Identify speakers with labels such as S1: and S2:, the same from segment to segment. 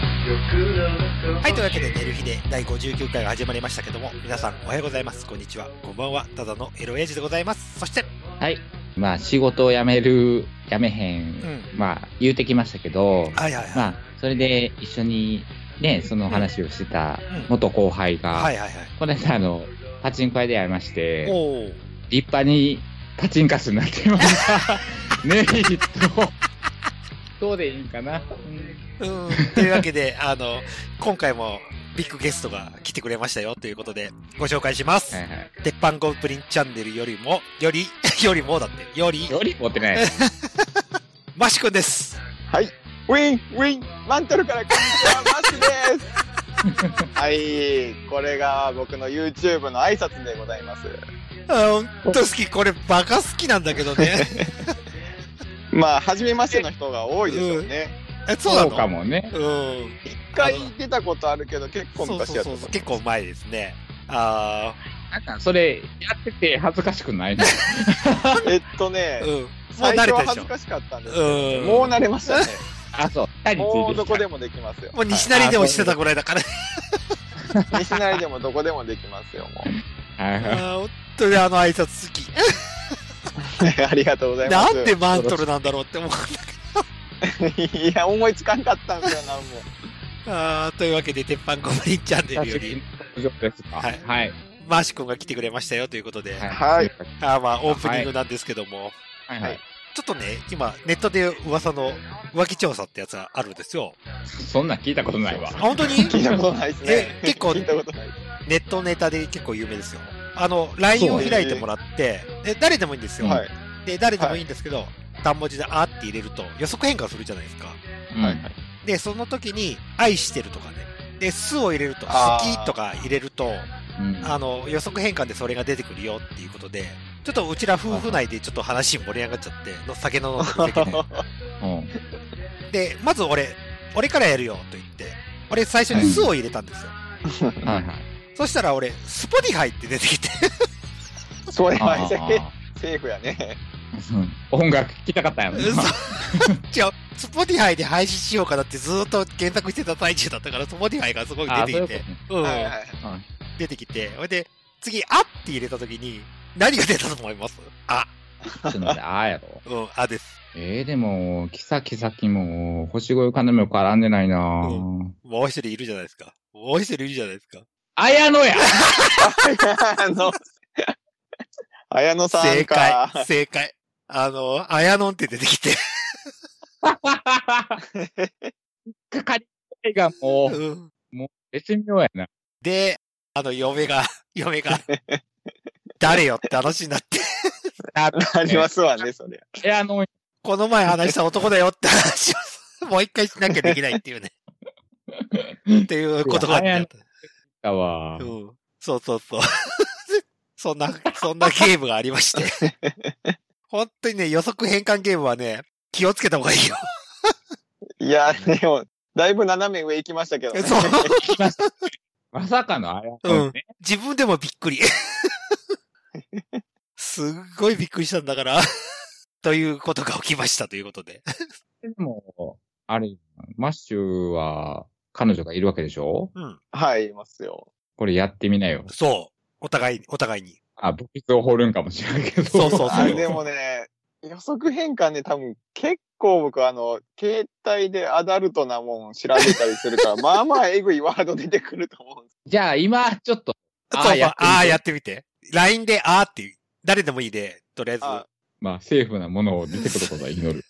S1: はい、というわけで、寝る日で第59回が始まりましたけども、皆さんおはようございます。こんにちは。こんばんは。ただのエロエイジでございます。そして、
S2: はい。まあ、仕事を辞める、辞めへ、
S1: うんん。
S2: まあ、言うてきましたけど、
S1: はいはいは
S2: まあ、それで一緒にね、その話をしてた
S1: うん
S2: 元後輩
S1: い。は
S2: が、
S1: いはいはい。
S2: この間、あの、パチンコ屋で会いまして、
S1: おー。
S2: 立派にパチンカスになってました。 ネイト。どうでいいんかな。
S1: うん。というわけで、 あの、今回もビッグゲストが来てくれましたよということで、ご紹介します。
S2: はいはい。
S1: 鉄板ゴブプリンチャンネルよりも、より、 よりもだって、より、
S2: 料理持ってない。
S1: マシ君です。
S3: ウィンウィンマントルからこんにちはマッシュですはいこれが僕の YouTube の挨拶でございます
S1: あ、ほんと好き。これ、バカ好きなんだけどね。
S3: まあ初めましての人が多いでしょうね
S1: え、そうなの
S2: か。もね。
S1: うん。
S3: 一回出たことあるけど結構
S1: そう
S3: 昔
S1: そ
S3: や
S1: う
S3: った
S1: そうそう。結構前ですね。あ
S2: なんか、それ、やってて恥ずかし くないの
S3: えっとね
S1: あ、うん。もう
S3: 最
S1: 慣
S3: 初
S1: れた
S3: は
S1: でし
S3: 恥
S1: ょ
S3: ず。かしかったんですけど
S1: うん。
S3: もう慣れましたね
S2: あ、そう。何つい
S3: も
S2: て
S3: う
S2: きた
S3: どこでもでき ますよ
S1: もう西成でもしてたぐらいだから。
S3: はい西成でもどこでもできますよもう
S2: はいは
S1: あ
S2: い
S1: ー本当にあの挨拶好き。
S3: ありがとうございま
S1: な
S3: す
S1: んでマントルなんだろうって思う。
S3: いや思いつかんかったんですよなんも
S1: あーというわけで、鉄板ゴブリンチャンネルより、
S2: 以上ですか。
S1: はい
S2: はい。
S1: マーシ君が来てくれましたよということで、
S3: はい
S1: あーまあ、オープニングなんですけども、
S2: はいはい。
S1: ちょっとね、今、ネットで噂の浮気調査ってやつがあるんですよ。
S2: そんなん聞いたことないわ
S1: あ、。本 当に
S3: 聞いたことないですね
S1: え結構
S3: 聞いたことない
S1: ネットネタで結構有名ですよ。あの、LINE を開いてもらって、で誰でもいいんですよ。
S3: はい
S1: で、誰でもいいんですけど、単文字であーって入れると予測変換するじゃないですか。
S2: はい。
S1: で、その時に、愛してるとかね。で、すを入れると、好
S3: あー
S1: きとか入れると、
S2: うん
S1: あの、予測変換でそれが出てくるよっていうことで、ちょっとうちら夫婦内でちょっと話盛り上がっちゃって、の酒の飲んでる時
S2: うん
S1: で。で、まず俺、俺からやるよと言って、俺最初にすを入れたんですよ。
S2: はいはい。
S1: そしたら俺、スポディファイって出てきて、
S3: それは
S2: あー
S3: セーフやね。
S2: うん 音楽聞きたかったんやろな。
S1: 嘘じゃあ、スポディファイで配信しようかなってずーっと検索してた最中だったから、スポディファイがすごい
S2: あー
S1: 出
S2: そうい
S1: て
S2: う
S1: きて
S2: こと
S1: う
S2: ね。
S1: ん。
S3: はいはい。
S1: 出てきて、ほいで、次、あって入れたときに、何が出たと思いますあ、
S2: ちょっと待ってあーやろ。
S1: うん、あです。
S2: えー、でも、キサキサキも、星越え金も絡んでないな
S1: う
S2: ぁ。
S1: もう一人いるじゃないですか。もう一人いるじゃないですか。
S2: 綾野や
S3: あの、綾野さ
S1: 正
S3: んか。
S1: 解、正解。あの、あやのんって出てきて、
S2: かかりたいがもう、
S1: うん
S2: 別に妙やな。
S1: で、あの、嫁が、嫁が、誰よって話になって、
S3: ありますわね、それ。
S2: 綾野や
S1: この前話した男だよって話を、もう一回しなきゃできないって いうね。っていうことがあっ
S2: いや
S1: て
S2: 綾。ったわ
S1: う。ん。そうそうそう。 そんな、そんなゲームがありまして。 本当にね、予測変換ゲームはね、気をつけた方がいいよ。
S3: いや、でも、だいぶ斜め上行きましたけど ね。
S1: そう。
S2: まさかの綾野ね。
S1: 自分でもびっくり。 すっごいびっくりしたんだから。 ということが起きましたということで。
S2: でも、あれ、マッシュは、彼女がいるわけでしょ
S1: うん。
S3: はい、いますよ。
S2: これやってみなよ。
S1: そう。お互い、お互いに。
S2: あ、ボケツを掘るんかもしれないけど。
S1: そうそう
S3: あ
S1: そう
S3: れでもね、予測変換ね、多分結構僕、あの、携帯でアダルトなもん調べたりする から、まあまあえぐいワード出てくると思うんです
S2: じゃあ今、ちょっと、あー
S1: そう
S2: やってみて
S1: あーやってみて。LINE で、あーっていう、誰でもいいで、とりあえず。
S3: あ
S2: まあ、セーフなものを出てくることは祈る。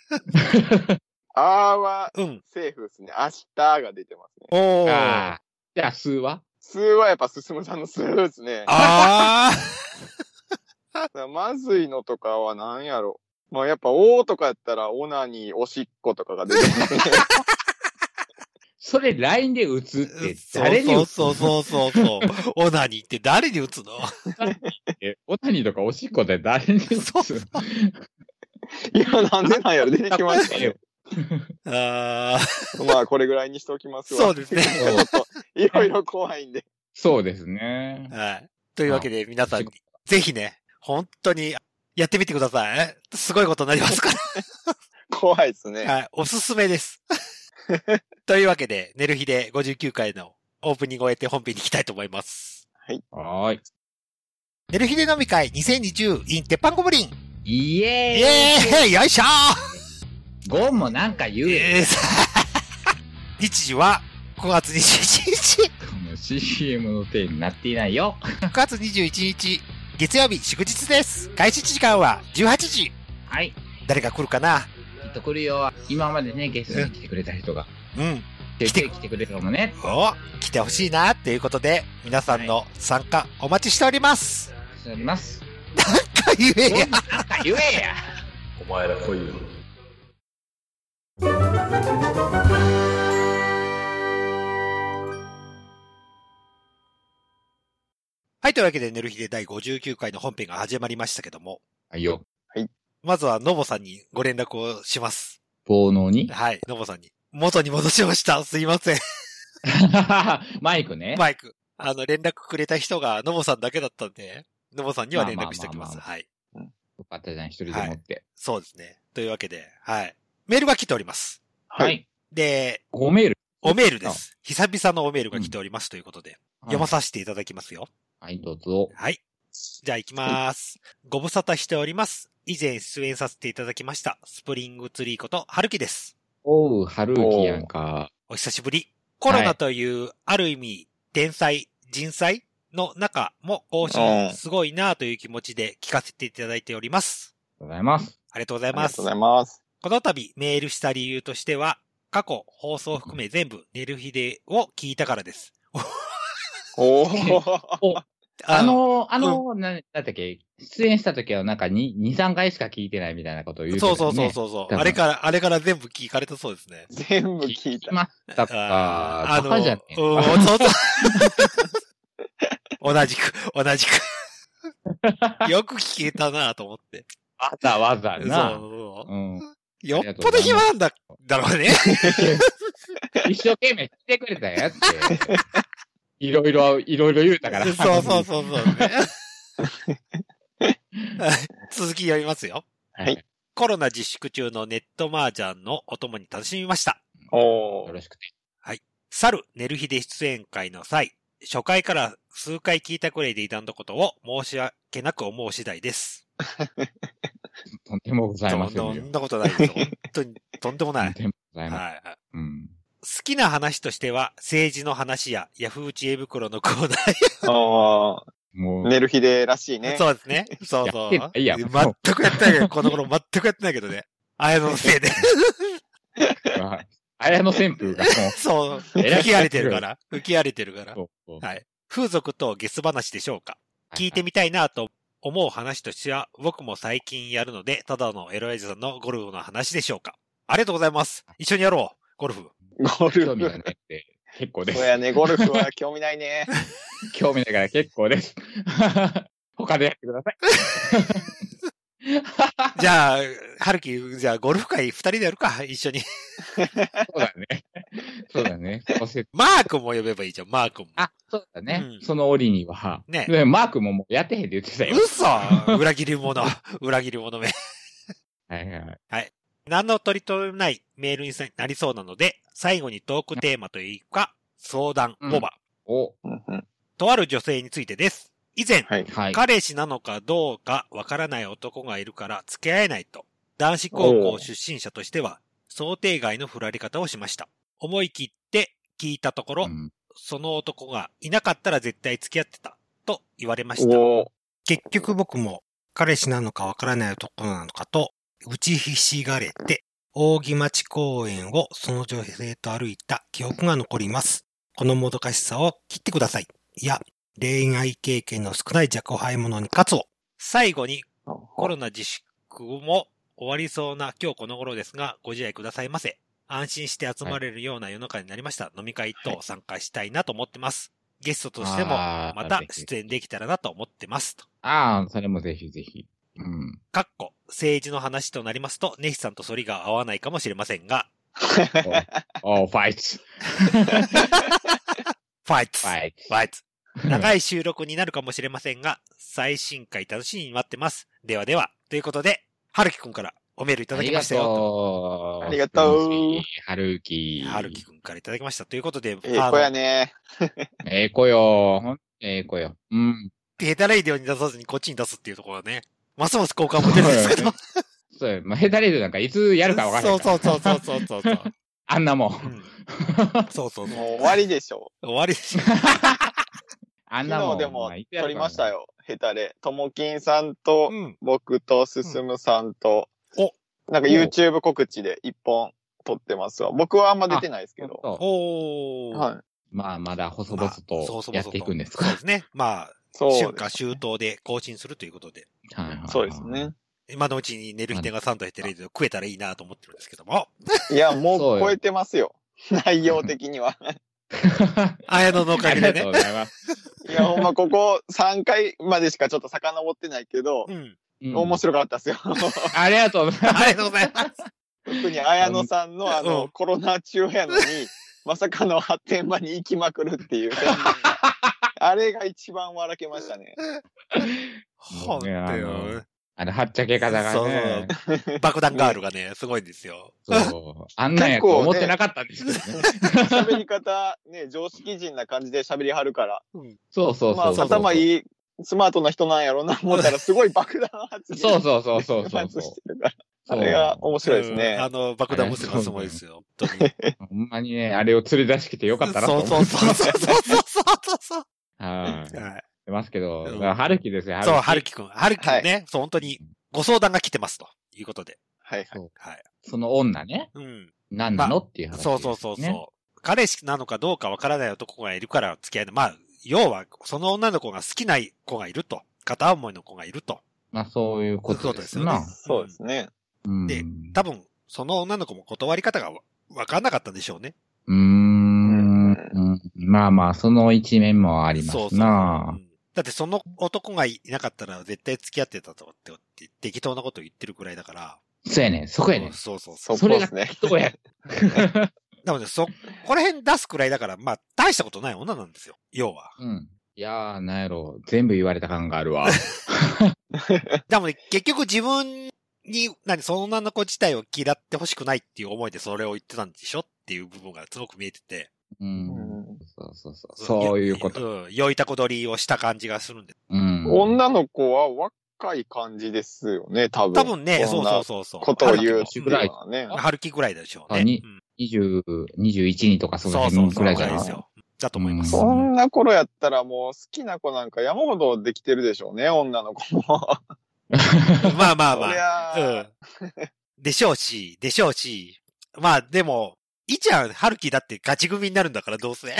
S3: あーは
S1: うん。
S3: セーフですね。明日が出てますね。
S1: おー。
S2: ああ。じゃあ、数は
S3: 数はやっぱ進むさんの数ですね。
S1: あ ー。
S3: だからまずいのとかは何やろ。まあやっぱ、おーとかやったら、オナにおしっことかが出てくる、ね。
S2: それ、LINE で打つって、誰に
S1: そう
S2: 打つ
S1: そうそうそうそう。オナニーって誰に打つの
S2: って、オタニとかおしっこで誰に打つ
S1: そうそう
S3: いや、なんでなんやろ、出てきま したね。
S1: あー
S3: まあ、これぐらいにしておきますわ。
S1: そうですね。
S2: そう
S3: ちょっといろいろ怖いんで。
S2: そうですね。
S1: はい。というわけで皆さん、ぜひね、本当にやってみてください。すごいことになりますか
S3: 怖いですね。
S1: ら。はい。おすすめです。というわけで、寝る日で59回のオープニングを終えて本編に行きたいと思います。
S2: はーい。
S1: 寝る日で飲み会 2020in 鉄板ゴブリン
S2: イ
S1: イ
S2: エーイ
S1: エーイよいしょー
S2: ゴンもなんか言え。
S1: えーさ 日時は5月21日。
S2: この CM の手になっていないよ。
S1: 9月21日、月曜日祝日です。開始時間は18時。
S2: はい。き
S1: 誰が来るかな
S2: っと来るよ。今までね、ゲストに来てくれた人が。
S1: うん。
S2: 来
S1: 来て
S2: て来てくれるのもね。
S1: お来てほしいなっていうことで、皆さんの参加お待ちしております。
S2: しております。
S1: という
S2: ゴ
S1: え
S2: ンも
S1: や、
S2: なんか言えや。
S4: お前ら来いよ。
S1: はい、というわけで、寝る日で第59回の本編が始まりましたけども、
S2: はいよ。
S1: まずはノボさんにご連絡をします。
S2: 煩悩に
S1: はい、ノボさんに。元に戻しました。すいません。
S2: マイクね。
S1: マイク。あの、連絡くれた人がノボさんだけだったんで、ノボさんには連絡しておきます。
S2: まあまあまあまあ
S1: はい。
S2: よかったじゃん、一人で持って。
S1: そうですね。というわけで、はい。メールが来ております。
S3: はい
S2: はい。
S1: で、
S2: ごメール。
S1: おメールです。久々のおメールが来ておりますということで、読ま
S2: せ。
S1: させていただきますよ。
S2: はい、どうぞ。
S1: はい。じゃあ行きます。ご無沙汰しております。以前出演させていただきました、スプリングツリーこと、春樹です。
S2: おう、春樹やんか。
S1: お久しぶり。コロナという、ある意味、天才、人災の中も更
S3: う
S1: 新、
S3: ん
S1: すごいなという気持ちで聞かせていただいております。
S2: ありがとうございます。
S1: ありがとうござ
S3: あ
S1: い
S3: りが
S1: ます
S3: とうご。ざいます。
S1: この度メールした理由としては、過去放送含め全部、寝る日でを聞いたからです。
S3: お お。
S2: あ、の、あの、なんだったっけ、出演した時はなんか2、2、3回しか聞いてないみたいなことを言うてた
S1: そ
S2: よ
S1: う
S2: ね
S1: そうそうそうそう。
S2: 多分
S1: あれから、あれから全部聞かれたそうですね。
S3: 全部聞
S2: 聞
S3: い
S2: き
S3: た。
S2: ましたか。バカじゃねえ
S1: うん、そう そう。同じく、 同じく。よく聞けたなと思って。
S2: わざわざ
S1: そう
S2: な。
S1: そう
S2: うん。
S1: よっぽど暇なんだ、だろうね。
S2: 一生懸命聞いて くれたやつって。いろいろ、いろいろ言うたから。
S1: そうそうそうそう、ね。 続き読みますよ。
S2: はい。
S1: コロナ自粛中のネット麻雀のお供に楽しみました。
S3: お
S2: よ
S3: ー
S2: ろしくて。
S1: サル、寝る日で出演会の際、初回から数回聞いたくらいでいたんだことを申し訳なく思う次第です。
S2: とんでもございません
S1: と
S2: よ。
S1: んそんなことないですよ。本当に、とんでもな
S2: と
S1: い。はい
S2: んでもございません。
S1: はい。
S2: うん。
S1: 好きな話としては、政治の話や、ヤフー知恵袋のコーナ
S3: おー
S2: もう、
S3: 寝る日でらしい
S1: ー。
S3: ね。
S1: そうですね。そうそう。
S2: やってないやん
S1: 全くやってないけど、この頃全くやってないけどね。あやのせいで。
S2: あ綾野旋風がも
S1: そう。
S2: 偉
S1: 吹
S2: い
S1: き荒れてる から。吹き荒れてるから
S2: う。そうそう
S1: はい風俗とゲス話でしょうか。聞いてみたいなと思う話としては、僕も最近やるので、ただのエロエジさんのゴルフの話でしょうか。ありがとうございます。一緒にやろう。ゴルフ。
S3: ゴル
S2: 興味が
S3: フ。
S2: なくて結構で
S3: そ
S2: す
S3: う。やね、ゴルフは興味ないね。
S2: 興味ないから結構です。 他でやってください。
S1: じゃあ、春樹、じゃあゴルフ会二人でやるか。一緒に。
S2: そうだね。そうだね。そうせ
S1: マー君も呼べばいいじゃん、マー君も。
S2: あ、そうだね。
S1: うん
S2: その折には。
S1: ね
S2: でマークももうやってへんって言ってたよ。
S1: 嘘裏切り者。 裏切り者め。
S2: はいはい。
S1: 何の取り留めないメールになりそうなので、最後にトークテーマというか、相談、
S2: うん
S1: ボバ。
S2: お、
S3: うんうん
S1: とある女性についてです。以前、
S3: はい。
S2: はい。
S1: 彼氏なのかどうかわからない男がいるから付き合えないと、男子高校出身者としては想定外の振られ方をしました。思い切って聞いたところ、
S2: うん
S1: その男がいなかったら絶対付き合ってたと言われました。
S3: おー
S1: 結局僕も彼氏なのかわからない男なのかと打ちひしがれて、扇町公園をその女性と歩いた記憶が残ります。このもどかしさを切ってください。いや、恋愛経験の少ない弱敗者に勝つを。最後にコロナ自粛も終わりそうな今日この頃ですが、ご自愛くださいませ。安心して集まれるような世の中になりました。飲み会等参加したいなと思ってます。ゲストとしても
S2: あー
S1: また
S2: ぜひ
S1: 出演できたらなと思ってます。と。
S2: ああ、それもぜひぜひ。うん。
S1: かっこ、政治の話となりますと、ネヒさんと反りが合わないかもしれませんが、
S2: お、おファイツ。
S1: ファイツ
S2: ファイツ。
S1: ファイツ長い収録になるかもしれませんが、最新回楽しみに待ってます。ではでは、ということで、はるきくんからおメールいた
S2: あ
S1: だ
S2: り
S1: き
S2: が
S1: ましたよ。
S2: とう。
S3: ありがとう
S2: はるき。
S1: はるきくんからいただきました。ということで、
S3: ええ
S1: あ
S3: 子や
S1: の、
S3: ね。
S2: ええ子よ。ほんええ子よ。うん。
S1: ヘタレイディオに出さずにこっちに出すっていうところはね、ますます好感も出るんですけど。
S2: そうよ。まあ、ヘタレードなんかいつやるかわから
S1: そ
S2: な
S1: う
S2: い。
S1: そうそうそうそうそうそう。
S2: あんな もん。
S1: うんそうそうそう。
S3: もう終わりでしょ。
S1: 終わりですよ。
S2: あんな
S3: 昨
S2: も
S3: 日
S2: ん。
S3: でも
S2: あいつや
S3: 撮
S2: る
S3: り
S2: か
S3: ま
S2: わ
S3: し
S2: から
S3: た
S2: ない。
S3: よ。ヘタレ。ともきんさんと、
S1: うん。
S3: 僕とすすむさんと、
S1: うん
S3: なんか YouTube 告知で一本撮ってますわ。僕はあんま出てないですけど。
S2: そう
S1: おー。
S3: はい。
S2: まあ、まだ細々
S1: まあそうそ
S2: と
S1: う
S2: やっていくんです
S1: そう
S2: か。
S1: ですね。ま
S3: そ
S1: あ、
S3: う
S1: 春夏
S3: です。
S1: 秋冬で更新するということで、
S2: はいはいはい
S3: そうですね。。
S1: 今のうちに寝る日がサンドヘテレイディオ食えたらいいなと思ってるんですけども、
S3: いや、もう
S2: そうよ
S3: 超えてますよ。内容的には。
S1: 綾野のおか
S2: あ
S1: げで
S2: りがとう
S1: ね
S2: ご。ざいます。
S3: いや、ほんまここ3回までしかちょっと遡ってないけど、
S1: うん。
S2: うん
S3: 面白かったですよ。
S2: ありがとうございます。
S1: ありがとうございます。
S3: 特に綾野さんのあ
S1: うん
S3: の、コロナ中やのに、まさかの発展場に行きまくるっていう。 あれが一番笑けましたね。
S1: ほんと
S2: ねあ
S1: よ
S2: の。あの、はっちゃけ方がね。
S1: 爆弾ガールがね、すごいんですよ。
S2: そう。あんなんやと思ってなかったんですけどね。
S3: 喋り方、ね、常識人な感じで喋りはるから。
S2: そうそう
S3: ま
S2: そ
S3: あ、
S2: うそう。
S3: 頭
S2: い。
S3: いい、スマートな人なんやろうな思ったら、すごい爆弾発言。
S2: そうそうそう そうそう
S3: 発
S2: そう。
S3: してるから。
S2: そ
S3: あ
S2: う
S3: れが面白いです
S1: うんあ
S3: ね。
S1: の、爆弾娘がすごいですよ。本当に。
S2: ほんまにね、あれを連れ出してきてよかったなと
S1: そ
S2: 思
S1: うそうそうそうそうそうそう。
S2: はい。言っ
S1: はい
S2: てますけど、
S1: うん
S2: まあ春樹ですよ、
S1: そう、
S2: 春
S1: 春樹くん。春樹くんね、そう、本当にご相談が来てますということで。
S3: はいはい。
S1: はい。
S2: 樹。その女ね、
S1: うん。
S2: 何なのっていう話。
S1: そうそうそう
S2: ね。
S1: そう。彼氏なのかどうかわからない男がいるから付き合いの、まあ、要は、その女の子が好きな子がいると。片思いの子がいると。
S2: まあそういうことで
S1: そ
S2: す
S1: ういうこと
S2: な
S1: ですよね。
S3: そうですね。
S2: うん
S1: で多分、その女の子も断り方がわわかんなかったんでしょうね。
S2: うーん。うんまあまあ、その一面もありま
S1: そうそ
S2: す
S1: う。う
S2: なん
S1: だってその男がいなかったら絶対付き合ってたと思って、適当なこと言ってるくらいだから。
S2: そうやねん、そこやねん。
S1: そうそうそう。
S3: そ
S2: そ
S3: こ
S2: れ
S3: で
S2: が
S3: すね。
S2: そうや。
S1: なので、そ、こら辺出すくらいだから、まあ、大したことない女なんですよ。要は。
S2: うん。いやー、なんやろ。全部言われた感があるわ。
S1: でもね、結局自分に、何、その女の子自体を嫌ってほしくないっていう思いでそれを言ってたんでしょっていう部分がすごく見えてて。
S2: う。
S3: うんん
S2: そうそうそう。そういうこと。。
S1: うん。良いたこ取りをした感じがするんで。
S2: うん。
S3: 女の子は若い感じですよね、多分。
S1: 多分ね、
S3: そ
S1: そ
S3: ん
S1: う
S3: な
S1: そうそうそう。
S3: ことを言うってて
S2: い
S3: いうう
S2: の
S3: の
S2: は
S3: はね。
S1: 春樹ぐらいでしょう
S2: あ
S1: ね
S2: に。
S1: うん
S2: 20、21人とかその
S1: そうそう
S2: 辺
S1: そう。
S2: ぐら
S1: ぐ
S2: い
S1: ら
S2: じゃ
S1: い
S2: な
S1: です
S2: い
S1: よ。だと思います。
S2: う
S3: そんな頃やったらもう好きな子なんか山ほどできてるでしょうね、女の子も。
S1: まあまあ
S3: そ
S1: ま
S3: り
S1: あ。う
S3: ゃあ
S1: ん。でしょうし、でしょうし。まあでも、いちゃん、春樹だってガチ組になるんだからどうせ。っ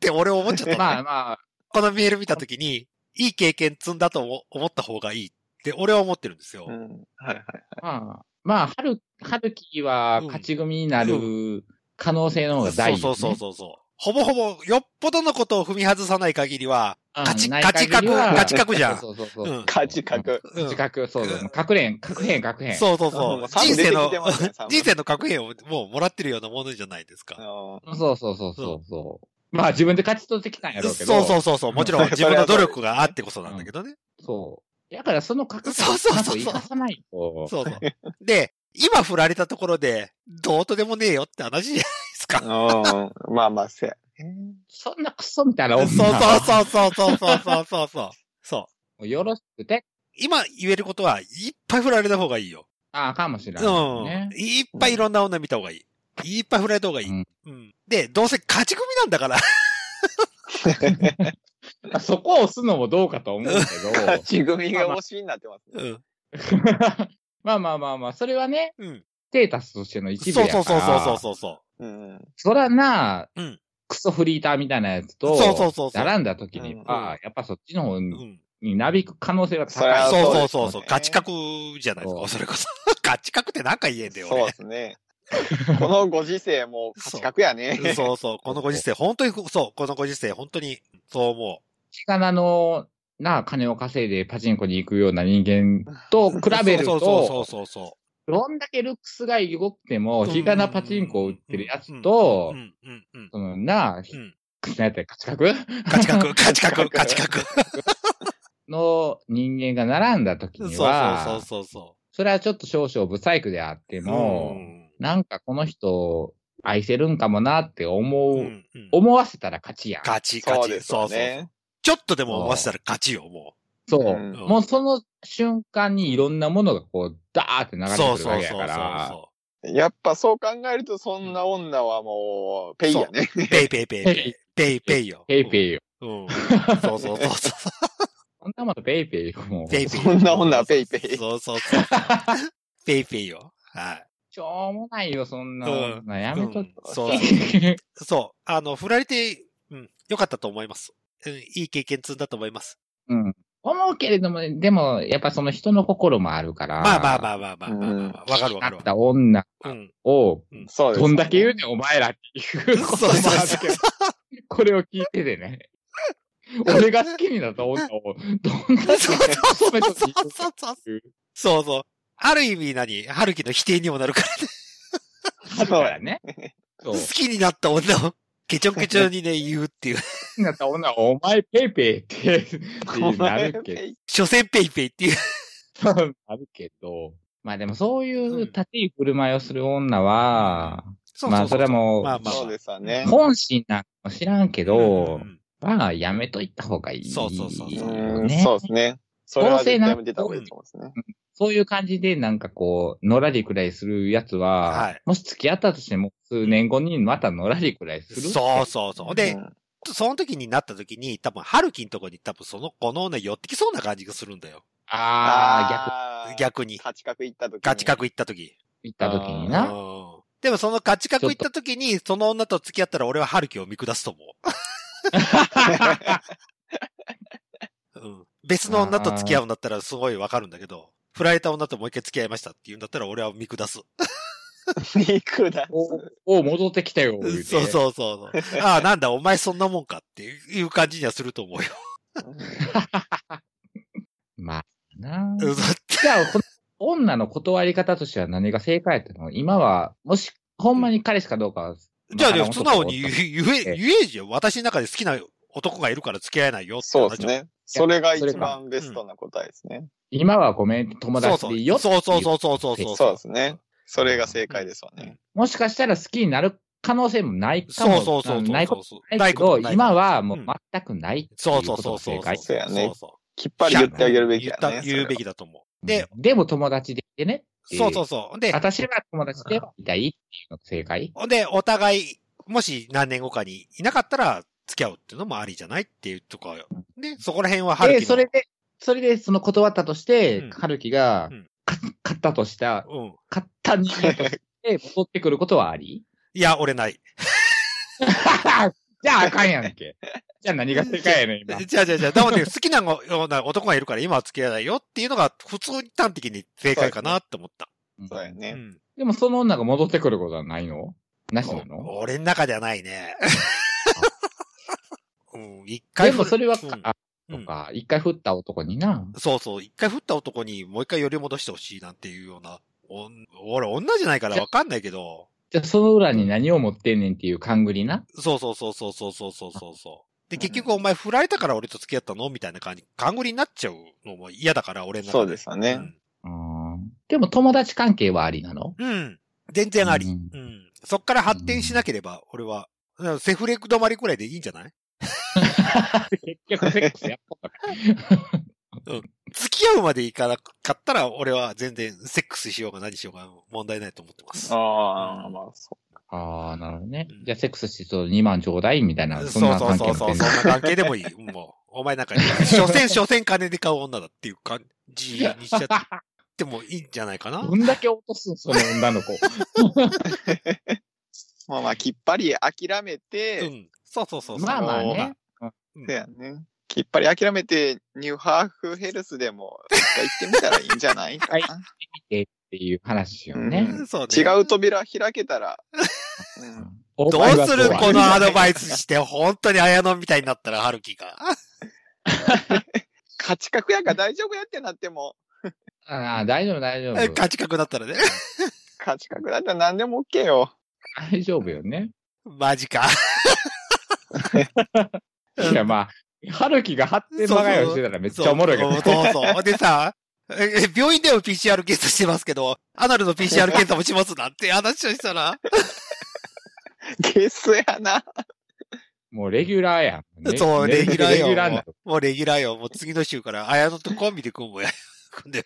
S1: て俺思っちゃったのね、
S2: まあまあ、
S1: このメール見たときに、いい経験積んだと思思った方がいいって俺は思ってるんですよ。
S3: うん。はいはい。
S2: まあ、まあ、春、春樹は勝ち組になる可能性の方が大事、
S1: そ
S2: ね
S1: うそうそうそう。ほぼほぼ、よっぽどのことを踏み外さない限りは、
S2: うん。
S1: 勝ち、
S2: ない
S1: 勝ち角、
S2: 限りは
S1: 勝ち角じゃん。
S2: そうそうそう
S1: う
S2: そ
S1: ん
S2: う。
S3: 価値格。
S1: うん
S2: 勝ち角、そうそう。確変、確変、確変。
S1: そうそう
S3: うん
S1: そ
S3: も
S1: う
S3: う。三
S1: 人生の
S3: 出てきてますね、三
S1: 人生の格変をもうもらってるようなものじゃないです
S3: う
S1: か。
S3: ん
S2: そうそうそうそうそう。まあ自分で勝ち取ってきたんやろうけど。
S1: そうそうそうそう。もちろん
S3: うん
S1: 自分の努力があってこそなんだけどね。
S2: そう。だからその覚悟
S1: そ
S2: を
S1: うそう
S2: ち
S1: そ
S2: ゃ
S1: うんそう
S2: と生かさないと。
S1: そうそう。で、今振られたところで、どうとでもねえよって話じゃないですか。
S3: うん。まあまあ、せや。
S2: そんなクソみたいな
S1: そう
S2: 女は
S1: そうそうそうそうそうそうそう。そう。
S2: もうよろしくて、
S1: 今言えることは、いっぱい振られた方がいいよ。
S2: ああ、かもしれ
S1: う
S2: ない
S1: ん。
S2: ね。
S1: いっぱいいろんな女見た方がいい。いっぱい振られた方がいい。
S2: うん
S1: うんで、どうせ勝ち組なんだから。
S2: まあそこを押すのもどうかと思うけ
S3: 勝
S2: ど。
S3: ち組が推しになってますね。
S1: うん。
S2: まあまあまあまあ、それはね、
S1: うん。
S2: ステータスとしての一部
S1: そう
S2: やか
S1: そ
S2: ら。
S1: うそうそうそうそう。
S3: うん。
S2: そらな、
S1: うん
S2: クソフリーターみたいなやつと、
S1: そうそうそうそう
S2: 並んだ時に
S3: うん
S2: は、やっぱそっちの方
S1: う
S2: に
S1: ん。
S2: なびく可能性は
S3: そりゃ
S2: 高い。
S1: そうそう
S3: そ
S1: そうう
S3: です
S1: そう
S3: ね。
S1: ガチ格じゃないです
S2: そ
S1: か。
S2: う
S1: それこそ。 ガチ格ってなんか言えんだよ、
S3: そうですね。このご時世も価値格やね。
S1: 俺。そうそう。このご時世、本当に、そう。このご時世、本当に、そう思
S2: 血がの、な、金を稼いでパチンコに行くような人間と比
S1: う。
S2: べる
S1: そうそうそう
S2: と、
S1: そうそ
S2: どんだけルックスが動くても、
S1: うん
S2: 日がなパチンコを売ってるやつ
S1: う。う
S2: と、
S1: ん、うん、うん。
S2: その
S1: う
S2: な、
S1: ん
S2: クソなやつや価値格
S1: ガチ 格、ガチ格、ガチ格。
S2: の人間が並んだ時に
S1: そう
S2: は、
S1: そうそうそう。
S2: それはちょっと少々不細工であっても、
S1: うん
S2: なんかこの人を愛せるんかもなって思う、
S1: うんうん
S2: 思わせたら勝ちやん。
S1: ガチガチ。
S3: そうですよ
S1: そうそう
S3: ね。
S1: ちょっとでも思わせたら勝ちよ、も
S2: そう。
S3: うん
S1: う。
S2: もうその瞬間にいろんなものがこう、ダーって流
S1: う
S2: れ
S1: ん
S2: て
S1: そう
S2: くる
S1: そ
S2: わ
S1: う
S2: け
S1: そ
S2: や
S1: う
S2: から。
S1: そ
S3: やっぱそう考えると、そんな女はもう、ペイやね。
S1: う。ペイペイ ペイペイ。ペイペイよ。
S2: ペイペイよ。
S1: うん。うんそうそうそうそう。
S2: そんなものペイペイよ。もう。
S1: ペイペイ。
S3: そんな女はペイペイ
S1: そうそうそう。ペイペイよ。はい。
S2: しょうもないよ、そんな
S1: うん
S2: 女。やめとって
S1: うんそうそう。あの、振られて、うん、良かったと思います。うん、いい経験積んだと思います。
S2: うん。思うけれども、でも、やっぱその人の心もあるから。
S1: まあまあ
S2: あ。
S1: まあまあまあまあまあまあ。わかるわか
S2: あ
S1: る
S2: っ
S1: わ。
S2: た女
S1: うん。
S2: を、
S3: そうです。
S2: どんだけ言うねん、お前らっていう
S1: そ
S2: こ
S1: う
S2: と
S1: そう
S2: も
S1: そう
S2: あるけど、 これを聞いててね。俺が好きになった女を、どんだけ
S1: そうそう
S2: 褒めと
S1: そ
S2: き
S1: うそうそう。そうそう。ある意味何春樹の否定にもなるからね。
S2: あるからね。そう。
S1: 好
S2: 好
S1: きになった女を、ケチョンケチョンにね、言うっていう。
S2: きになった女は、お前ペイペイって、ってなる けど。
S3: ど。
S1: 所詮ペイペイっていう。
S2: そうなるけど。まあでもそういう立ち居振る舞いをする女は、
S1: そうそうそう
S2: まあそれはもう
S1: まあまあ
S3: そうですわね。
S2: 本心なんかも知らんけど
S1: う、ん
S2: まあやめといた方がいい。
S1: そうそうそう
S3: う
S1: そ
S3: ん
S2: ね
S3: そうですね。それは絶対やめてた方がいいと思うんですね。
S2: そういう感じで、なんかこう、のらりくらいするやつは、
S1: はい
S2: もし付き合ったとしても、数年後にまたのらりくらいする。
S1: そうそうそう。で
S3: う、ん
S1: その時になった時に、多分、春樹のとこに多分その、この女寄ってきそうな感じがするんだよ。
S2: ああ、逆
S3: ー
S1: 逆に。
S3: 価値角行った時に
S1: ガチ角行った時。
S2: 行った時に
S1: う
S2: な。
S1: ん。でもそのガチ角行った時に、その女と付き合ったら俺は春樹を見下すと思う。うん。別の女と付き合うんだったらすごいわかるんだけど、振られた女ともう一回付き合いましたって言うんだったら俺は見下す。
S3: 肉だ。
S2: おお、戻ってきたよ。言 て
S1: そうそうそうそう。ああ、 なんだ、お前そんなもんかっていう感じにはすると思うよ。
S2: まあ、な
S1: うん だって
S2: じゃあ、この女の断り方としては何が正解やったの今は、もし、ほんまに彼氏かどうかは、
S1: じゃあ
S2: まあ
S1: ね、素直に言え、
S2: ええ
S1: 言えじゃん。私の中で好きな男がいるから付き合えないよって
S3: そうです
S1: 話を。
S3: ね。それが一番ベストな答えですね。
S2: 今はごめん、友
S1: そう
S2: 達
S1: そ
S2: でいいよ
S1: う。そうそうそうそうそうそう。
S3: そうですね。それが正解ですわね。
S2: もしかしたら好きになる可能性もないか
S1: そ
S2: も。
S1: うそうそうそう。
S2: ないこと
S1: そう
S2: ないけど、今
S1: は、
S2: はもう全くないってい
S1: そううそ
S2: こ
S1: うそ
S2: と
S1: うそうそ
S2: が正
S1: う。
S2: 解。
S3: そうやね
S1: そうそ
S3: きっ
S1: う
S3: ぱり言ってあげるべきや
S1: 言
S3: ね
S1: った。言うべきだと思う。で、
S2: でも友達でいてね。
S1: そうそうそう。で、
S2: 私は友達でいたいっていうのが正解
S1: で、お互い、もし何年後かにいなかったら付き合うっていうのもありじゃないっていうとか、ね、そこら辺は春樹
S2: で、
S1: の
S2: それで、それでその断ったとして、
S1: うん
S2: 春樹が
S1: うん、
S2: か勝ったとした、
S1: うん。
S2: 勝った人間として戻ってくることは あり
S1: いや、俺ない。
S2: じゃああかんやんけ。じゃあ何が正解やねん、今。
S1: じゃあじゃあじゃあ、なので好きなのような男がいるから今は付き合えないよっていうのが普通に端的に正解かなって思った。
S3: そうや
S1: う
S3: ね。
S1: ん。
S2: でもその女が戻ってくることはないのなしなの
S1: 俺の中ではないね。 うん、一回
S2: で
S1: 振
S2: もそれは、
S1: うん
S2: あ、
S1: う
S2: と
S1: ん
S2: か、一回振った男にな。
S1: そうそう、一回振った男にもう一回寄り戻してほしいなんていうような、おん俺女じゃないからわかんないけど、
S2: じゃあその裏に何を持ってんねんっていう勘繰りな。
S1: そうそうそうそうそうそうそうそうそう。で、
S3: うん
S1: 結局お前振られたから俺と付き合ったのみたいな感じ、勘繰りになっちゃうのも嫌だから俺の中
S3: そうですわ
S1: ね。
S3: ね。
S2: うんでも友達関係はありなの
S1: うん。うん全然あり。
S2: うん
S1: うん。そっから発展しなければ、俺は、だからセフレ止まりくらいでいいんじゃない
S2: 結局セックスやっとったか。
S1: 付き合うまでいかなかったら、俺は全然セックスしようが何しようが問題ないと思ってます。
S3: ああ、まあそ
S2: ああ、なるほどね
S1: うん。
S2: じゃあセックスしそう2万ちょうだいみたいな、そん
S1: そう
S2: な
S1: そう
S2: 関
S1: そ
S2: 係
S1: う
S2: 持っ
S1: そう、そん
S2: てんの
S1: な関係でもいい。もう、お前なんか、所詮、所詮金で買う女だっていう感じにしちゃってもいいんじゃないかな。
S2: どんだけ落とすんその女の子。
S3: う。まあまあ、きっぱり諦め
S1: う
S3: て、
S1: ん。そうそうそうそう。
S2: まあまあね。
S3: そうやね。きっぱり諦めて、ニューハーフヘルスでも、一回行ってみたらいいんじゃないかな。
S2: っていう話よ
S3: う
S2: ね。
S3: ん
S1: そうね。
S3: 違う扉開けたら、うん
S2: ど
S1: どうするこのアドバイスして、本当に綾野みたいになったら、春樹が。
S3: 価値格やから大丈夫やってなっても、
S2: ああ、大丈夫、大丈 夫。
S1: 価値格だったらね。
S3: 価値格だったら何でも OK よ。
S2: 大丈夫よね。
S1: マジか。
S2: いや、まあ、春樹が発展まがいをしてたらめっちゃおもろいけど
S1: そうそうそう。でさ、え、え病院でも PCR 検査してますけど、アナルの PCR 検査もしますなんて話をしたら、
S3: ゲスやな。
S2: もうレギュラーやん。ね
S1: そう、
S2: ね
S1: レギュラー
S2: レギュラー
S1: よ
S2: な。
S1: もうレギュラーよ。もう次の週から、綾野とコンビで組むや。で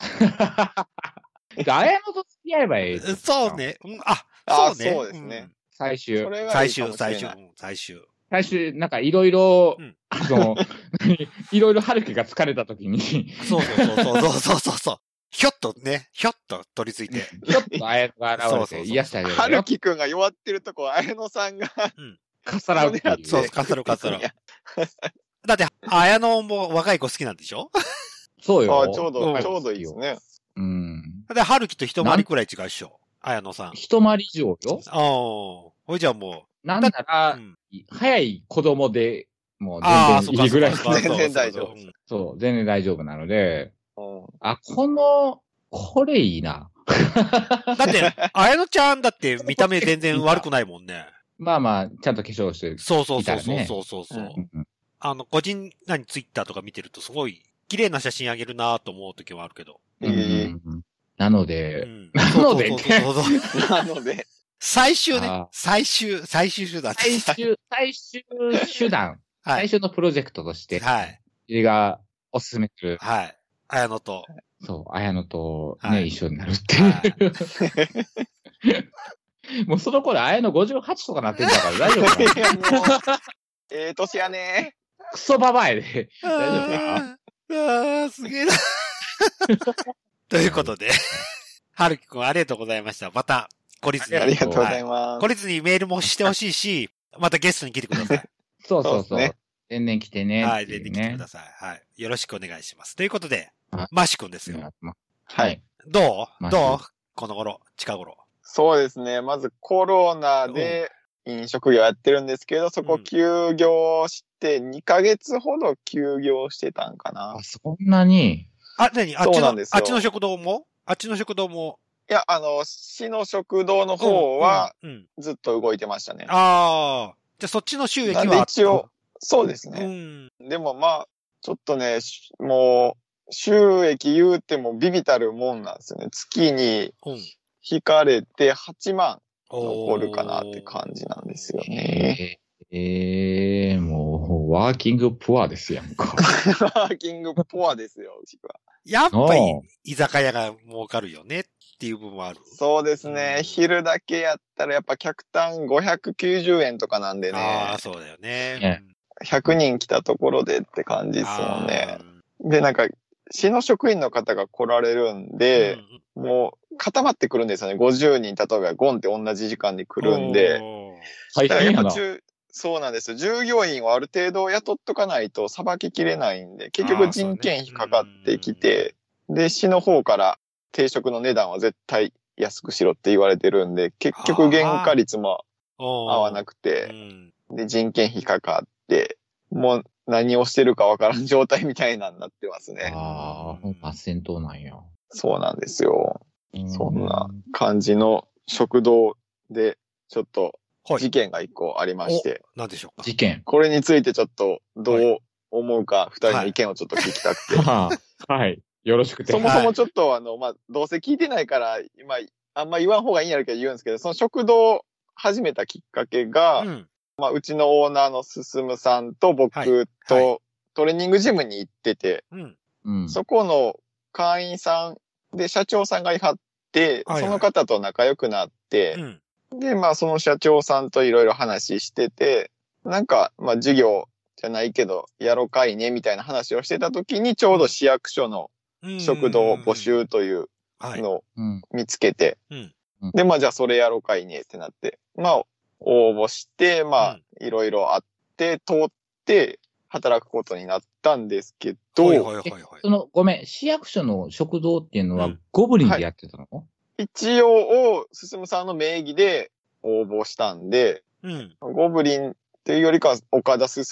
S2: 誰もと付き合えばええ。
S1: そう。ね。うんあ、そ
S3: あ
S1: うね。
S3: そうですね
S2: 最終
S3: そ。れ
S1: うん。
S3: が
S1: 最
S3: いいか
S1: 終、
S3: もしれない
S1: 最終、うん最終。
S2: 最終、なんかいろいろ
S1: うん、
S2: その、 いろいろ春樹が疲れた 時に、ち
S1: そうそうそうそうそうそうそう。ひょっとね、ひょっと取り付いて。
S2: ょっとあやが現
S1: そうそ
S2: れ
S1: う
S2: て
S1: そう
S2: 癒してあげる
S3: はる
S2: よ。
S3: きくんが弱ってるとこ、綾野さんが。
S2: かっさらうっていう。
S1: そう、かっさろうかっさろう。だって、綾野も若い子好きなんでしょ
S2: そう
S3: あ
S2: よ。
S3: ちょう
S1: う
S3: ど、
S1: ん
S3: ちょうどいいですね。
S2: うん。
S1: で、春樹と一回りくらい違うっしょ。綾野さん。あ
S2: 一回り以上よ。
S1: あ。ほいじゃあも
S2: なんな
S1: う。
S2: ら
S1: う、ん
S2: 早い子供で、もう
S1: ああ、そ
S2: 全
S1: っ
S2: 然
S1: か
S2: いい
S1: そ
S2: ぐ
S1: っ
S2: ら
S1: か
S2: いで
S1: そっか。
S3: 全然大丈夫
S1: そうそうそう
S2: そう、全然大丈夫なので、
S3: うん
S2: あ、この、これいいな。
S1: うんだって、綾野ちゃんだって見た目全然悪くないもんね。
S2: まあまあ、ちゃんと化粧してる。
S1: そうそうそう
S2: いた
S1: そう
S2: ね
S1: そうそうそう、
S3: うん
S2: うんうん
S1: あの、個人、何、ツイッターとか見てるとすごい、綺麗な写真あげるなと思う時はあるけど。
S2: うんうんうんなので、
S1: な
S2: ので
S3: なので、
S1: 最終ね
S2: あ。
S1: 最終、最終手段。
S2: 最終、最終手段、
S1: はい
S2: 最終のプロジェクトとして、
S1: はい。
S2: 私がおすすめする、
S1: はい。綾野と。
S2: そう、綾野とね、
S1: はい
S2: 一緒になるっていう。 もうその頃、綾野58とかなってんだから大丈 夫かな
S3: ええ年やね。
S2: クソババアやで。
S1: 大
S2: 丈夫か
S1: ああ、すげえ な。ということで、はるきくんありがとうございました。また、懲りずに。
S3: ありがとうござい
S1: ま
S3: ます
S1: 懲。りずにメールもしてほしいし、またゲストに来てください。
S2: そうそう
S3: そ
S2: そうう。
S3: っすね
S2: 天然来て ね
S1: はい、
S2: って
S1: 出て
S2: いう
S1: きて
S2: ね
S1: ください。はい。よろしくお願いします。ということで
S2: はい、
S1: マシ君ですよ。
S2: は
S3: はいい。
S1: どう
S2: マシ
S1: どうこの頃、近頃。
S3: そうですね。まずコロナで飲食業やってるんですけど、そこ休業して、2ヶ月ほど休業してたんかな
S2: あ、。そんなに、
S1: あ、なにあっち
S3: そ
S1: の、
S3: うなんですよ
S1: あっちの食堂もあっちの食堂も。
S3: いや、あの、市の食堂の方は
S1: うん。うん。
S3: ずっと動いてましたね。
S1: ああ。じゃあそっちの収益
S3: なん
S1: は
S3: で一応、そうです
S1: う
S3: ね。
S1: ん。
S3: でもまあ、ちょっとね、しもう、収益言うてもビビたるもんなんですよね。月に
S1: うん。
S3: 引かれて8万
S1: おー
S3: 残るかなって感じなんですよね。
S2: えー、えーもう、ワーキングプアですや んか。
S3: ワーキングポアですよ、うちは。
S1: やっぱり
S2: おう、
S1: 居酒屋が儲かるよねっていう部分もある。
S3: そうです
S1: う
S3: ね
S1: ん。
S3: 昼だけやったらやっぱ客単590円とかなんで
S1: あ
S3: ね
S1: あ、。そうだよね。
S2: ね
S1: うん
S3: 100人来たところでって感じですもんね。。で、なんか、市の職員の方が来られるん
S1: あー
S3: で、もう固まってくるんですよね。50人、例えばゴンって同じ時間に来るん。で。
S1: おー
S2: 大
S3: だからや
S2: 変
S3: っ
S2: や な。
S3: ぱ中、そうなんですよ。従業員をある程度雇っとかないとさばききれないんで、結局人件費かかってきて、で、市の方から定食の値段は絶対安くしろって言われてるんで、結局原価率も
S1: お
S3: 合わな
S1: く
S3: くて、
S1: うん
S3: で、人件費かかって、もう何をしてるかわからん状態みたいなんなってますね。
S2: ああ、ほんま戦闘なんや。
S3: そうなんですよ。
S2: う
S3: そんな感じの食堂で、ちょっと
S1: は
S3: 事
S1: い。
S3: 件が一個ありまして、
S1: なんでしょうか。
S2: 事件。
S3: これについてちょっとど
S1: は
S3: う思うか、二人の意見をちょっと聞きたくて。
S2: はい。よろしくて。
S3: そもそもちょっとあの、まあ、どうせ聞いてないから、今、あんま言わん方がいいんやるけど言うんですけど、その食堂を始めたきっかけが、
S1: うん。
S3: まあ、うちのオーナーのすすむさんと僕と、
S1: はいは
S3: トレーニングジムに行ってて、
S1: うん。
S2: うん。
S3: そこの会員さんで社長さんがいはって、
S1: はいはい
S3: その方と仲良くなって、
S1: うん。
S3: で、まあ、その社長さんといろいろ話してて、なんか、まあ、授業じゃないけど、やろかいね、みたいな話をしてた時に、ちょうど市役所の
S1: うん
S3: 食堂募。集という
S1: はい。
S3: のを
S2: うん。
S3: 見つけて、
S1: うん
S3: で、まあ、じゃあそれやろかいね、ってなって、まあ、応募して、まあ、いろいろあって、通って、働くことになったんですけど、
S1: はいはいはいはい。
S2: その、ごめん、市役所の食堂っていうの
S1: う
S2: は
S1: ん
S2: ゴブリンでやってたの、
S3: 一応を、すすむさんの名義で応募したんで、
S1: うん。
S3: ゴブリンっていうよりかは岡田進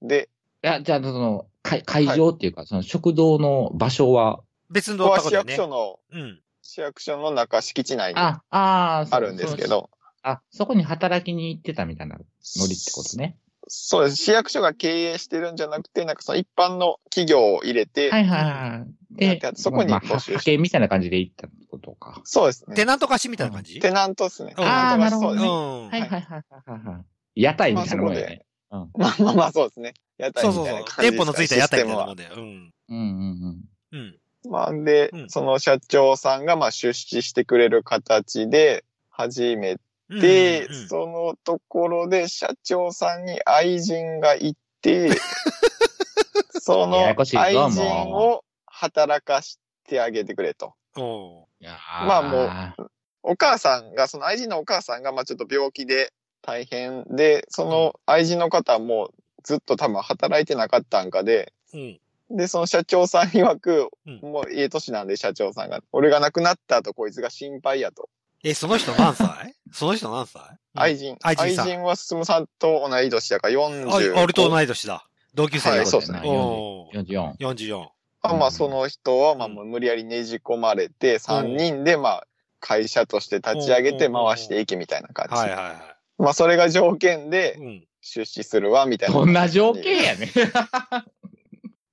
S3: で、
S2: いや、じゃあ、その、会会場っていうか、その食堂の場所は、
S1: 別の
S3: ここは
S1: とこ
S3: 市
S1: だよ
S3: 役
S1: ね。
S3: 所の、
S1: うん。
S3: 市役所の中、敷地内にあ
S2: あ、ああ、そう
S3: るんですけ。
S2: その
S3: ど。
S2: あ、そこに働きに行ってたみたいなノリってことね。
S3: そうです。市役所が経営してるんじゃなくて、なんかその一般の企業を入れて、
S2: はいはいはい。
S3: なん
S2: で
S3: か、そこに
S2: まあ
S3: 募集して
S2: 派遣みたいな感じで行ったことか。
S3: そうです
S1: テ
S3: ね。
S1: ナント貸しみたいな感じ
S3: テナントですね。
S1: あー
S3: テナント
S2: なるほ
S3: が
S2: ど
S3: そう
S1: うん
S2: ねはい
S3: です
S2: はいはいはいはいはい。屋台みたいなもんやね。
S3: まあまあまあ、そうですね。屋台
S1: そう
S3: み
S1: そう
S3: たい
S1: そ
S3: な
S1: う。
S3: 感じ
S1: 店舗のついた屋台みたいなも
S3: も
S1: んだよ。うん。
S2: うんうん
S1: うん。
S3: まあ、で、
S1: うん
S3: その社長さんが、まあ、出資してくれる形で、始めて、
S1: うんうん
S3: そのところで、社長さんに愛人がい て、その
S2: ややこしいぞ
S3: 愛人
S2: も
S3: を働かしてあげてくれと。
S1: お
S2: うん。
S3: ま
S2: ま
S3: あもうお母さんが、その愛人のお母さんが、まあちょっと病気で大変で、その愛人の方はもうずっと多分働いてなかったんかで、
S1: ううん。
S3: で、その社長さん曰く、
S1: うん
S3: もうええ年なんで社長さんが、俺が亡くなった後こいつが心配やと。
S1: え、その人何歳 その人何歳
S3: 愛人。
S1: 愛
S3: 愛
S1: 人
S3: 人
S1: さん
S3: は進さんと同い年だから
S1: あ
S3: 40。
S1: 俺と同い年だ。同級生だ
S3: は
S1: よ
S3: いそうですね
S1: おー
S2: 44。
S1: 44。
S3: まあまあその人は、まあ
S1: うん
S3: もう無理やりねじ込まれて、3人でまあ会社として立ち上げて回していけみたいな感じ。
S1: はいはいは
S3: まあそれが条件で
S1: い。うん。
S3: 出資するわ、みたいな。
S2: どんな条件や ねん。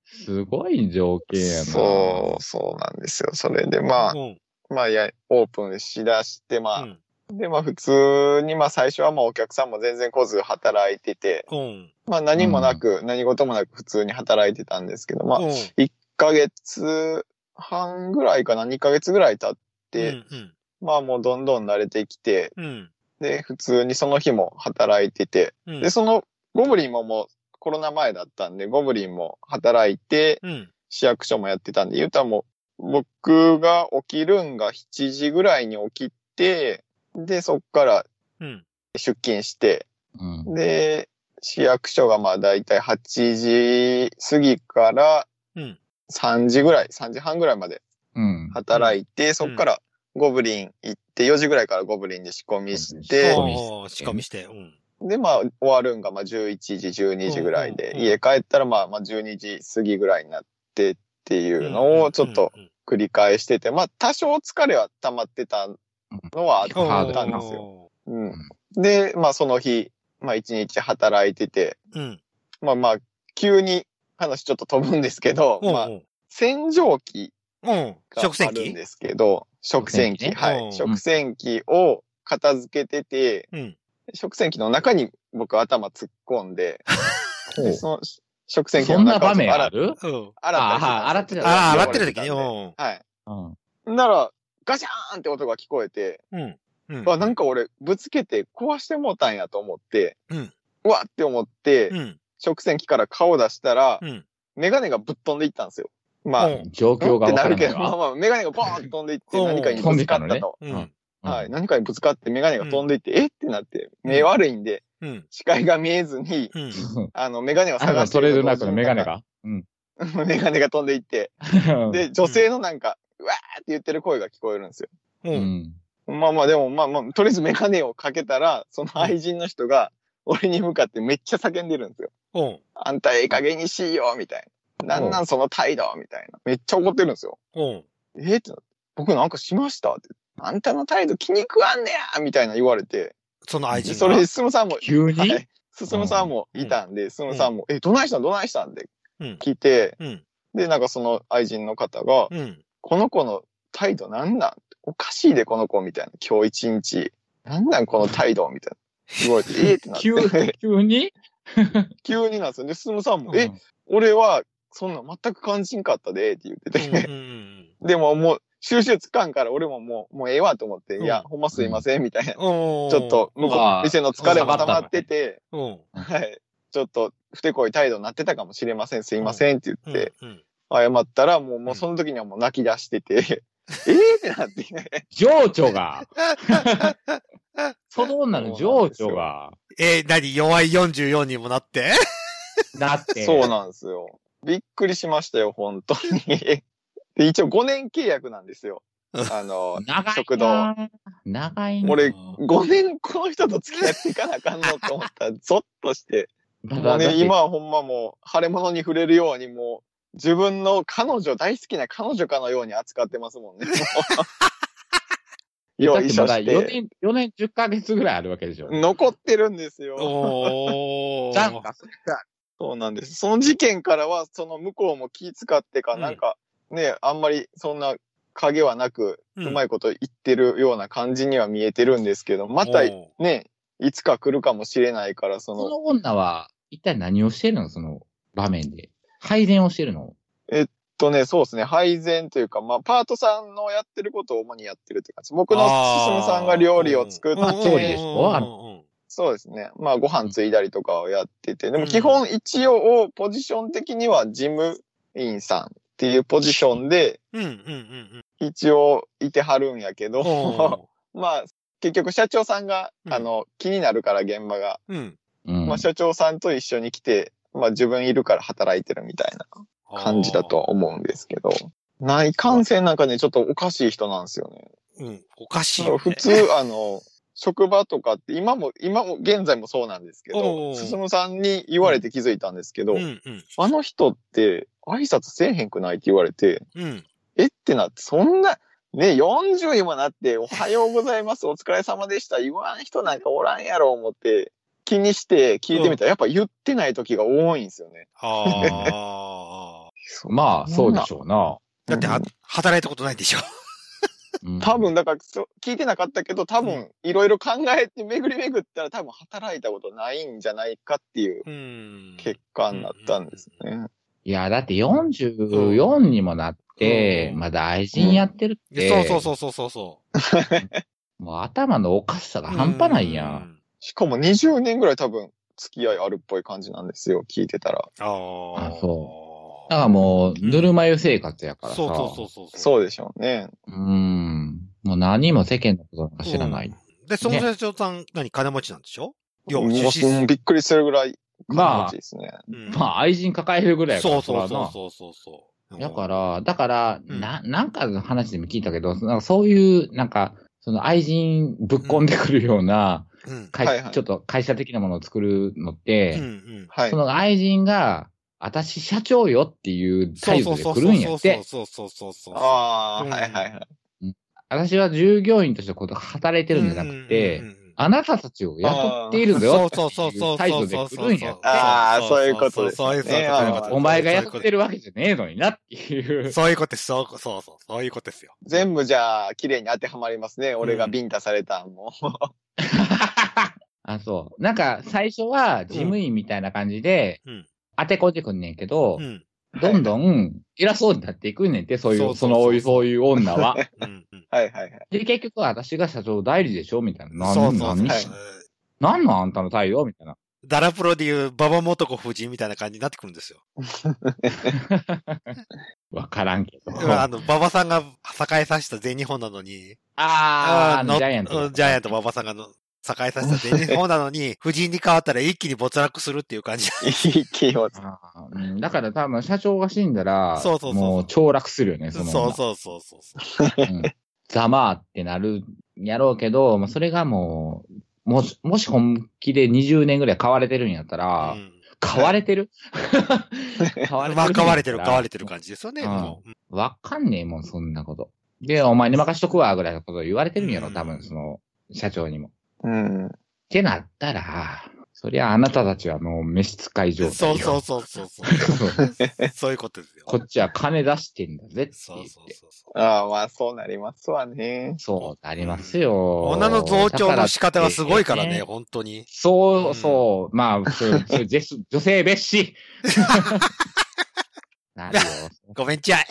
S2: すごい条件やな。
S3: そう、そうなんですよ。それで、まあ
S1: う、ん。
S3: まあ、や、オープンしだして、
S1: う
S3: ま
S1: ん。
S3: あ、で、まあ、普通に、まあ、最初は、まあ、お客さんも全然来ず働いてて、
S1: うん。
S3: まあ、何もなく、何事もなく普通に働いてたんですけど、まあ、1
S1: うん
S3: ヶ月半ぐらいかな、2ヶ月ぐらい経っ
S1: う
S3: て、
S1: んうん。
S3: まあ、もうどんどん慣れてきて、
S1: うん。
S3: で、普通にその日も働いてて、
S1: うん。
S3: で、その、ゴブリンももう、コロナ前だったんで、ゴブリンも働いて、
S1: うん。
S3: 市役所もやってたんで、言うたらもう、僕が起きるんが7時ぐらいに起きて、で、そっから
S1: うん。
S3: 出勤して、
S2: うん。
S3: で、市役所がまあだいたい8時過ぎから
S1: うん。
S3: 3時ぐらい、3時半ぐらいまで
S2: うん。
S3: 働いて、そっからゴブリン行って、4時ぐらいからゴブリンで仕込みし
S2: え
S3: て
S2: ー、
S1: おー仕込みして。うん。
S3: で、まあ終わるんがまあ11時、12時ぐらい
S1: うん
S3: で
S1: う、んうん
S3: 家帰ったらまあまあ12時過ぎぐらいになってっていうのをちょっと
S1: うん。
S3: 繰り返してて、まあ多少疲れは溜まってたのはあっ
S2: うんハード
S3: たんですよ。
S1: よ。
S3: うん、で、まあその日、まあ一日働いてて、
S1: うん。
S3: まあまあ急に話ちょっと飛ぶんですけど、
S1: うん
S3: まあ洗浄機
S1: うん。
S3: が
S1: 食洗
S3: あるん
S1: 機
S3: ですけど、食洗機、
S2: 食洗機ね
S3: は
S1: うん
S3: い。食洗機を片付けてて、
S1: うん。
S3: 食洗機の中に僕頭突っ込んで、
S2: ほ
S3: で
S2: う
S3: その食洗機
S2: そ
S3: の
S2: んな
S3: 中
S2: 場面
S3: 洗
S2: あ
S3: っ
S2: る
S1: うん。
S3: 洗った
S2: あ洗
S3: りしてたんですよ
S2: ってた
S1: ああ、洗ってる時に。
S3: 汚れて
S1: う
S3: たんではい。
S2: うん。
S3: なら、ガシャーンって音が聞こえて、
S1: ん。うん。うん。
S3: あ、なんか俺、ぶつけて壊してもうたんやと思って、
S1: うん
S3: わって思って、
S1: うん。
S3: 食洗機から顔出したら、
S1: うん。
S3: メガネがぶっ飛んでいったんですよ。まあ、
S1: うん
S2: 状況
S3: っ
S2: が
S3: て
S2: 分
S3: な
S2: から
S3: る
S2: な
S3: け
S2: い
S3: ど、まあ
S2: わ。
S3: まあ、メガネがボーンと飛んでいって、
S1: うん
S3: 何かにぶつかっ
S2: 飛
S3: た
S2: んでいった
S3: と。
S1: う
S2: うん
S1: ん。
S3: はい。
S2: うん
S3: 何かにぶつかってメガネが飛んでいって、えってなって、目悪いんで、
S1: うん。
S3: 視界が見えずに、
S1: うん。
S3: あの、メガネを
S2: あ
S3: 探
S2: の、
S3: して
S2: ト
S3: る
S2: レ
S3: と
S2: ー
S3: 同
S2: ド
S3: 時に
S2: マークのメガネ。が。うん。
S3: なんか メガネが飛んでいって、で、女性のなんか、うわーって言ってる声が聞こえるんですよ。
S1: う。
S2: うんん。
S3: まあまあでもまあまあ、とりあえずメガネをかけたら、その愛人の人が俺に向かってめっちゃ叫んでるんですよ。
S1: うん。
S3: あんたええ加減にしいよ、みたいな。なんなんその態度、みたいな。めっちゃ怒ってるんですよ。
S1: うん。
S3: えってなって僕なんかしましたって。あんたの態度気に食わんねやみたいな言われて。
S1: その愛人が。
S3: それ、進さんも、
S2: 急
S3: は
S2: に
S3: い。進さんもいたんで、進さんも、え、どないしたんどないしたんって
S1: うん。
S3: 聞いて、
S1: うん。
S3: で、なんかその愛人の方が、
S1: うん。
S3: この子の態度なんなんおかしいで、この子、みたいな。今日一日。なんなんこの態度みたいな。すごい。えーってな
S2: 急
S3: って。、
S2: 急に
S3: 急になんですよ。で、進さんも、
S2: う
S3: え
S2: ん、
S3: 俺は、そんなん全く感じんかったで、って言って
S1: う
S3: て。
S1: んうん。
S3: でももう、収集つかんから俺ももう、もうええわと思って、
S1: うん
S3: いや、ほんますいません、みたいな。ち
S1: お
S3: ょっと、向こう、店の疲れも溜まってて、
S1: うん。
S3: はい。ちょっと、不手こい態度になってたかもしれません、すいませんって言って、
S1: うん。
S3: 謝ったら、もう、も
S1: ん
S3: うその時にはもう泣き出して て、ええってなってね。
S2: 情緒が。 その女の情緒が。
S1: えー、何弱い44にもなって
S2: だって。
S3: そうなんですよ。びっくりしましたよ、本当に。 で、一応5年契約なんで すよ。あの、
S2: 長いな。
S3: 食堂。
S2: 長いな。
S3: 俺、5年この人と付き合っていかなあかんのと思ったら、ゾッとして。
S2: た
S3: も
S2: だ
S3: うね、今、はほんまもう、腫れ物に触れるように、もう、自分の彼女、大好きな彼女かのように扱ってますもん ね。もうよ
S2: だっ
S3: い
S2: て
S3: し
S2: ま
S3: ょ
S2: だ
S3: し
S2: 4
S3: て。
S2: 年、4年10ヶ月ぐらいあるわけでしょ。
S3: 残ってるんですよ。
S1: おお
S2: ダン
S1: ー
S2: か。
S3: そうなんです。その事件からは、その向こうも気使ってか、
S1: うん
S3: なんか、ね、あんまりそんな影はなく、
S1: うん
S3: うまいこと言ってるような感じには見えてるんですけど、また
S1: おー
S3: ね、いつか来るかもしれないから、そ
S2: こ
S3: の、
S2: の女は、一体何をしてるのその場面で。配膳をしてるの
S3: とね、そうですね、配膳というか、まあ、パートさんのやってることを主にやってるって感じ。僕の進さんが料理を作っ
S1: あー
S2: 調理でしょあ
S3: そうですね。まあ、ご飯ついだりとかをやってて、で
S1: うん
S3: も基本一応、ポジション的には事務員さんっていうポジションで、
S1: うんうんうんうん
S3: 一応いてはるんやけ
S1: うん。
S3: ど、
S1: お
S3: まあ、結局社長さんが、
S1: うん
S3: あの、気になるから現場が、
S1: ーうん。
S2: うん。
S3: まあ、社長さんと一緒に来て、まあ、自分いるから働いてるみたいな 感じだとは思うんですけど、内感染なんかね、ちょっとおかしい人なんですよね。
S1: うん。おかしい
S3: そう
S1: よ
S3: 普
S1: ね。
S3: 通、あの、職場とかって、今も、今も、現在もそうなんですけ
S1: お
S3: ど、
S1: う
S3: 進さんに言われて気づいたんですけど、
S1: うんうん
S3: あの人って挨拶せえへんくないって言われて、
S1: うん。
S3: えってなって、そんな、ね、40にもなって、おはようございます、お疲れ様でした、言わん人なんかおらんやろ、思って、気にして聞いてみたら、やっぱ言ってない時が多いんですよね。
S1: ああ。
S2: まあ、そうでしょうな。
S1: だっては、働いたことないでしょ。
S2: うん
S3: 多。分、だから、そ聞いてなかったけど、多分、いろいろ考えて巡り巡ったら、多分働いたことないんじゃないかっていう
S1: うん。
S3: 結果になったんですね。
S2: いや、だって44にもなって
S1: う、ん
S2: まだ愛人やってるっ
S1: い
S2: て。。
S1: やそうそうそうそうそう
S2: もう頭のおかしさ
S1: う。
S2: が半端ないや。
S1: うんん。
S3: しかも20年ぐらい多分、付き合いあるっぽい感じなんですよ、聞いてたら。
S1: ああ。
S2: あだ
S1: そう
S2: からもう、ぬるま湯生活やからさ。
S1: そうそうそうそう。
S3: そうでしょうね。
S2: う。うん。もう何も世間のことなんか知らない。
S1: うんで、その社長さん、何、金持ちなんでしょいや、
S3: もう
S1: 出資
S3: もうびっくりするぐらい、
S2: ま
S3: 感
S2: あ
S3: じですね。
S2: まあ、愛人抱えるぐらいやから
S1: そうそう
S2: そら
S1: そう
S2: な
S1: そうそうそう。
S2: だから、だから、
S1: うん
S2: な、なんかの話でも聞いたけど、なんかそういう、なんか、その愛人ぶっ込んでくるような、
S1: ら、うん。
S2: 会
S3: はいはい
S2: ちょっと会社的なものを作るのって、
S1: うんうん。
S3: はい
S2: そ。の愛人が、私社長よっていう態度で来るんやって。
S1: そうそうそうそうそうそうそうそう。
S3: ああ、
S1: うん
S3: はいはいはい。
S2: 私は従業員としてこう働いてるんじゃなくて、
S1: うんうんうん
S2: あなたたちを雇っているのよって
S1: そうそう
S2: い
S1: そうう
S2: 態
S1: そ
S2: 度
S1: う
S2: で
S1: そう
S2: 来
S1: そ
S2: る
S1: う。
S2: んやって。
S3: あーそういうことですね
S1: そういうことそういうこと
S3: あー
S1: そういうこと
S2: お前が雇って
S1: る。
S2: るわけじゃねえのになっていう。
S1: そういうことです。そうそうそう。そういうことですよ。
S3: 全部じゃあ、綺麗に当てはまりますね。俺がビンタされたんも。
S2: あ、そう。なんか、最初は事務員みたいな感じで
S1: うん、
S2: 当て込んでくんねんけど、
S1: うん。
S2: どんどん偉そうになっていくんねんって、そうい
S1: そう
S2: う、
S1: そ
S2: そう
S1: そう
S2: の、そういう女は。
S1: うんうん。
S3: はいはい はい。
S2: で、結局は私が社長代理でしょみたいな。
S1: そ
S2: な
S1: うんそう
S2: なん
S1: そう。
S2: なんのあんたの態度みたいな。
S1: ダラプロでいうババモトコ夫人みたいな感じになってくるんですよ。
S2: わからんけど。
S1: あの、馬場さんが栄えさせた全日本なのに、
S2: あー、あの
S1: の
S2: ジャイアン
S1: う
S2: ト
S1: ん。ジャイアント馬場さんがの栄えさせた全日本なのに、夫人に変わったら一気に没落するっていう感じ。
S3: いい気を。
S2: あーうんだから多分社長が死んだら、
S1: そうそうそう
S2: もう凋落するよね、
S1: そ
S2: そうの
S1: そう
S2: 女。
S1: そうそうそう。
S2: うんざまーってなるんやろうけど、まあ、それがもう、もし、もし本気で20年ぐらい買われてるんやったら、
S1: うん
S2: 買わ れてる買わ
S1: まあ、買われてる、買われ
S2: れ
S1: てる感じですよね。
S2: うん
S1: もううん
S2: てる。わかんねえもん、そんなこと。で、お前に任しとくわ、ぐらいのこと言われてるんやろ、多分、その、社長にも。っ
S3: うん。
S2: てなったら、そりゃあなたたちはもう召使い状態
S1: そう
S2: よ。
S1: そうそうそう そう。そういうことですよ。
S2: こっちは金出してんだぜって
S1: そ
S2: 言っ
S1: う
S2: て。
S1: そうそうそう。
S3: ああ、まあそうなりますわね。
S2: そう、なりますよ。
S1: 女の増長の仕方がすごいから
S2: だ
S1: ね、
S2: って。
S1: 本当に。
S2: そうそう。まあ、そうそうジ ェス女性蔑視なるよ。
S1: ごめんちゃい。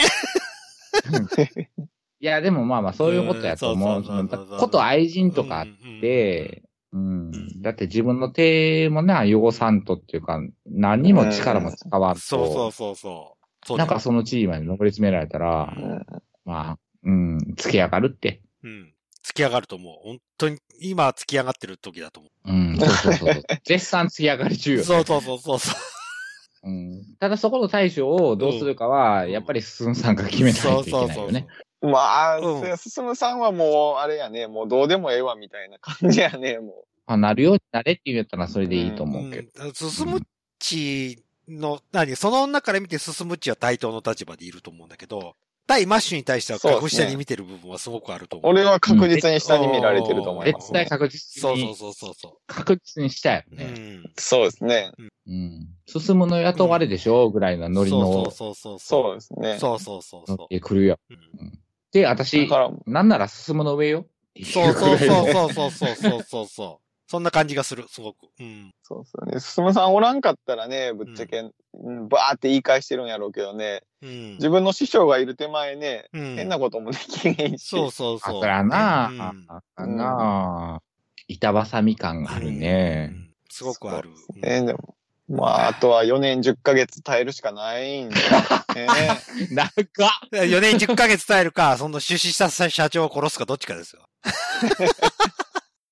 S2: いや、でもまあまあ、そういうことやと思
S1: う
S2: う。
S1: ん
S2: そ
S1: そうそう
S2: の
S1: そうそう
S2: こと愛人とかあっ
S1: うんうんうん
S2: て、うん
S1: ん
S2: だって自分の手もな、汚さんとっていうか、何にも力も使わんと、
S1: そうそうそうそう。そうだ
S2: な
S1: よ
S2: んかその地位まで上り詰められたら、
S3: うん
S2: まあ、うん、つけ上がるって。
S1: うん。突き上がると思う。本当に、今突き上がってる時だと思
S2: うん、そうそうそ うそう。絶賛つけ上がり中よ
S1: う。そうそうそうそうそう。
S2: うんただそこの対処をどうするかは、
S1: うん
S2: やっぱり進さんが決めないといけないよね。
S3: まあ、
S1: うん
S3: すすむさんはもう、あれやね、もうどうでもええわみたいな感じやね、も
S2: まあ、なるようになれって言うんやったらそれでいいと思うけど。
S1: うん進むっちの、何その女から見て進むっちは対等の立場でいると思うんだけど、対マッシュに対しては
S3: そうですね
S1: 格下に見てる部分はすごくあると思う。
S3: 俺は確実に下に見られてると思います
S2: 絶
S3: ね。
S2: 対確実
S1: そうそ
S2: に
S1: う、そうそうそ
S2: 確実にしたよ
S1: う。う
S2: ね。
S1: ん。
S3: そうですね。
S2: うん。進むのやとあれでしょぐらいのノリ
S1: そ
S2: の
S1: う、そうそう
S3: そ
S1: そ
S3: うです
S1: う。
S3: ね。
S1: そうそうそう
S2: 乗っ
S1: そ
S2: てくるよ。
S1: う。うん
S2: で、私
S3: だ、から、
S2: なんなら進むの上よ。
S1: そうそう
S2: っていぐらいの
S1: そうそうそうそうそうそう。そんな感じがする、すごく。うん。
S3: そうですよね。進さんおらんかったらね、ぶっちゃけ、うん、バーって言い返してるんやろうけどね、
S1: うん。
S3: 自分の師匠がいる手前ね、
S1: うん
S3: 変なこともできへんし。
S1: そうそう
S2: あ
S1: そう。
S2: そら
S1: う
S2: なんあ、あなあ、板挟み感があるね
S1: う。んすごくある。
S3: えーでも、まあ、あとは4年10ヶ月耐えるしかないんで、ね。
S2: 長っ
S1: 4年10ヶ月耐えるか、その出資した社長を殺すかどっちかですよ。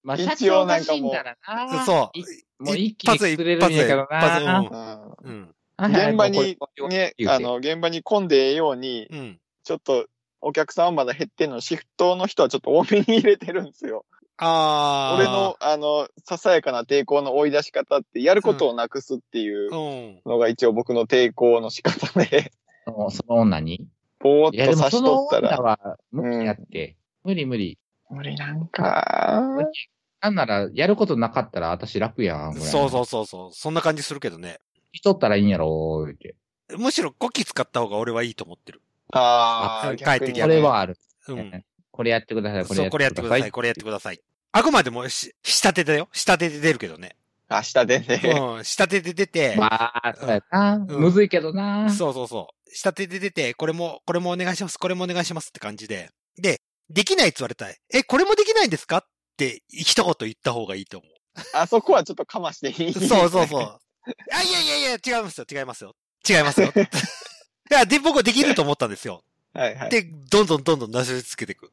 S2: まあ、社
S3: 一
S2: 長
S3: 応な
S2: が
S3: んか
S2: 死
S3: もう
S2: んだらな。。
S1: そう
S2: もう一気に崩れるんやけど
S1: 一発で
S2: な。
S1: 一
S3: うん
S1: うん。
S3: 現場に
S2: はいはい
S3: ね、
S2: 言うて
S3: あの、現場に混んでええように、
S1: うん。
S3: ちょっと、お客さんはまだ減ってんの、シフトの人はちょっと多めに入れてるんですよ。
S1: ああ。
S3: 俺の、あの、ささやかな抵抗の追い出し方って、やることをなくすっていう
S1: うん。
S3: のが一応僕の抵抗の仕方で、
S2: そのその女に。
S3: ぼ
S2: い
S3: ー
S2: や、
S3: っ
S2: で
S3: と
S2: も
S3: 差
S2: そ
S3: し
S2: の
S3: とった
S2: 女
S3: ら、
S2: は無理やって。無理無理。
S3: 無理なんか、
S2: なんなら、やることなかったら私楽やん。。
S1: そうそううそうそう。そんな感じするけどね。
S2: しとったらいいんやろ、言うて。
S1: むしろ5機使った方が俺はいいと思ってる。
S3: あ
S1: あ
S3: あ、
S1: 帰ってき
S3: 逆に
S1: や
S2: こ
S1: る
S2: れはある。
S1: うん。
S2: これやってください、これ
S1: そ
S2: や
S1: う、これやってください、これやってください。あくまでもし、下手だよ。下手で出 るけどね。
S3: 明日でね。
S1: うん。下手で出て、
S2: まあ、そうやな。
S1: うん
S2: むずいけどな。
S1: そうそうそう。下手で出て、これも、これもお願いします、これもお願いしますって感じで。で、できないって言われたら、え、これもできないんですかって一言言った方がいいと 思う。
S3: あそこはちょっとかましていい。
S1: そうそうそう。あ、いやいやいや、違いますよ、違いますよ。違います よ。いや、で、僕はできると思ったんですよ。
S3: はいはい。
S1: で、どんどんどんどんなすりつけていく。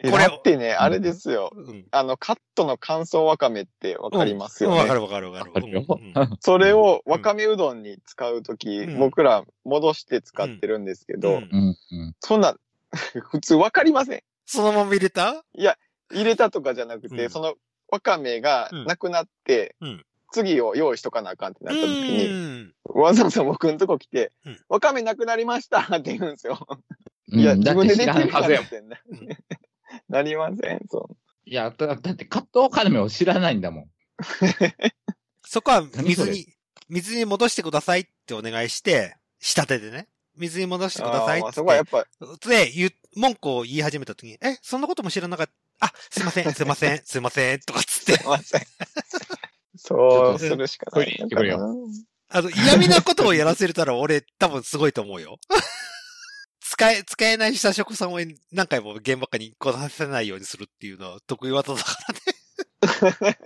S3: え
S1: これを
S3: だってね、あれですよ。
S1: うん。
S3: あの、カットの乾燥わかめってわかりますよ
S1: わか
S3: ね。
S1: るわかるわかる。
S2: わかるよ
S1: うん うん
S3: それをわかめうどんに使うとき、
S1: うん
S3: 僕ら戻して使ってるんですけど、
S1: うん
S2: うん、うん。
S3: そんな、 普通わかりません。
S1: そのまま入れた
S3: 入れたとかじゃなくて、
S1: うん
S3: そのわかめがなくなって、
S1: うん
S3: 次を用意しとかなあかんってな
S1: う
S3: ったときに、
S1: ん。
S3: わざわざ僕んとこ来て
S1: うん、
S3: わかめなくなりましたって言うんですよ。
S2: うん
S3: いや、
S2: だ
S3: 自
S2: っ
S3: 分
S2: て
S3: で
S2: 知
S3: で
S2: ら
S3: き
S2: ん
S3: る
S2: は
S3: は
S2: ず
S3: ず
S2: や
S3: や
S2: もん。
S3: ってんな
S1: うん。
S3: なりません。 そう。
S2: いや、だだって、カットオカルメを知らないんだもん。
S1: そこは
S2: 何そ
S1: 水
S2: れ
S1: に、水に戻してくださいってお願いして、下手でね。水に戻してくださいって
S3: あーまあそこはやっぱ、
S1: で、言う、文句を言い始めた時に、え、そんなことも知らなかった。あ、すいませ ん、すいません、すいません、とかっつって
S3: すい。ません。そうするしかないのかな。
S1: あの、嫌味なことをやらせれたら俺多分すごいと思うよ。 使え、使えない社食さんを何回も現場かに来させないようにするっていうのは得意技だ から。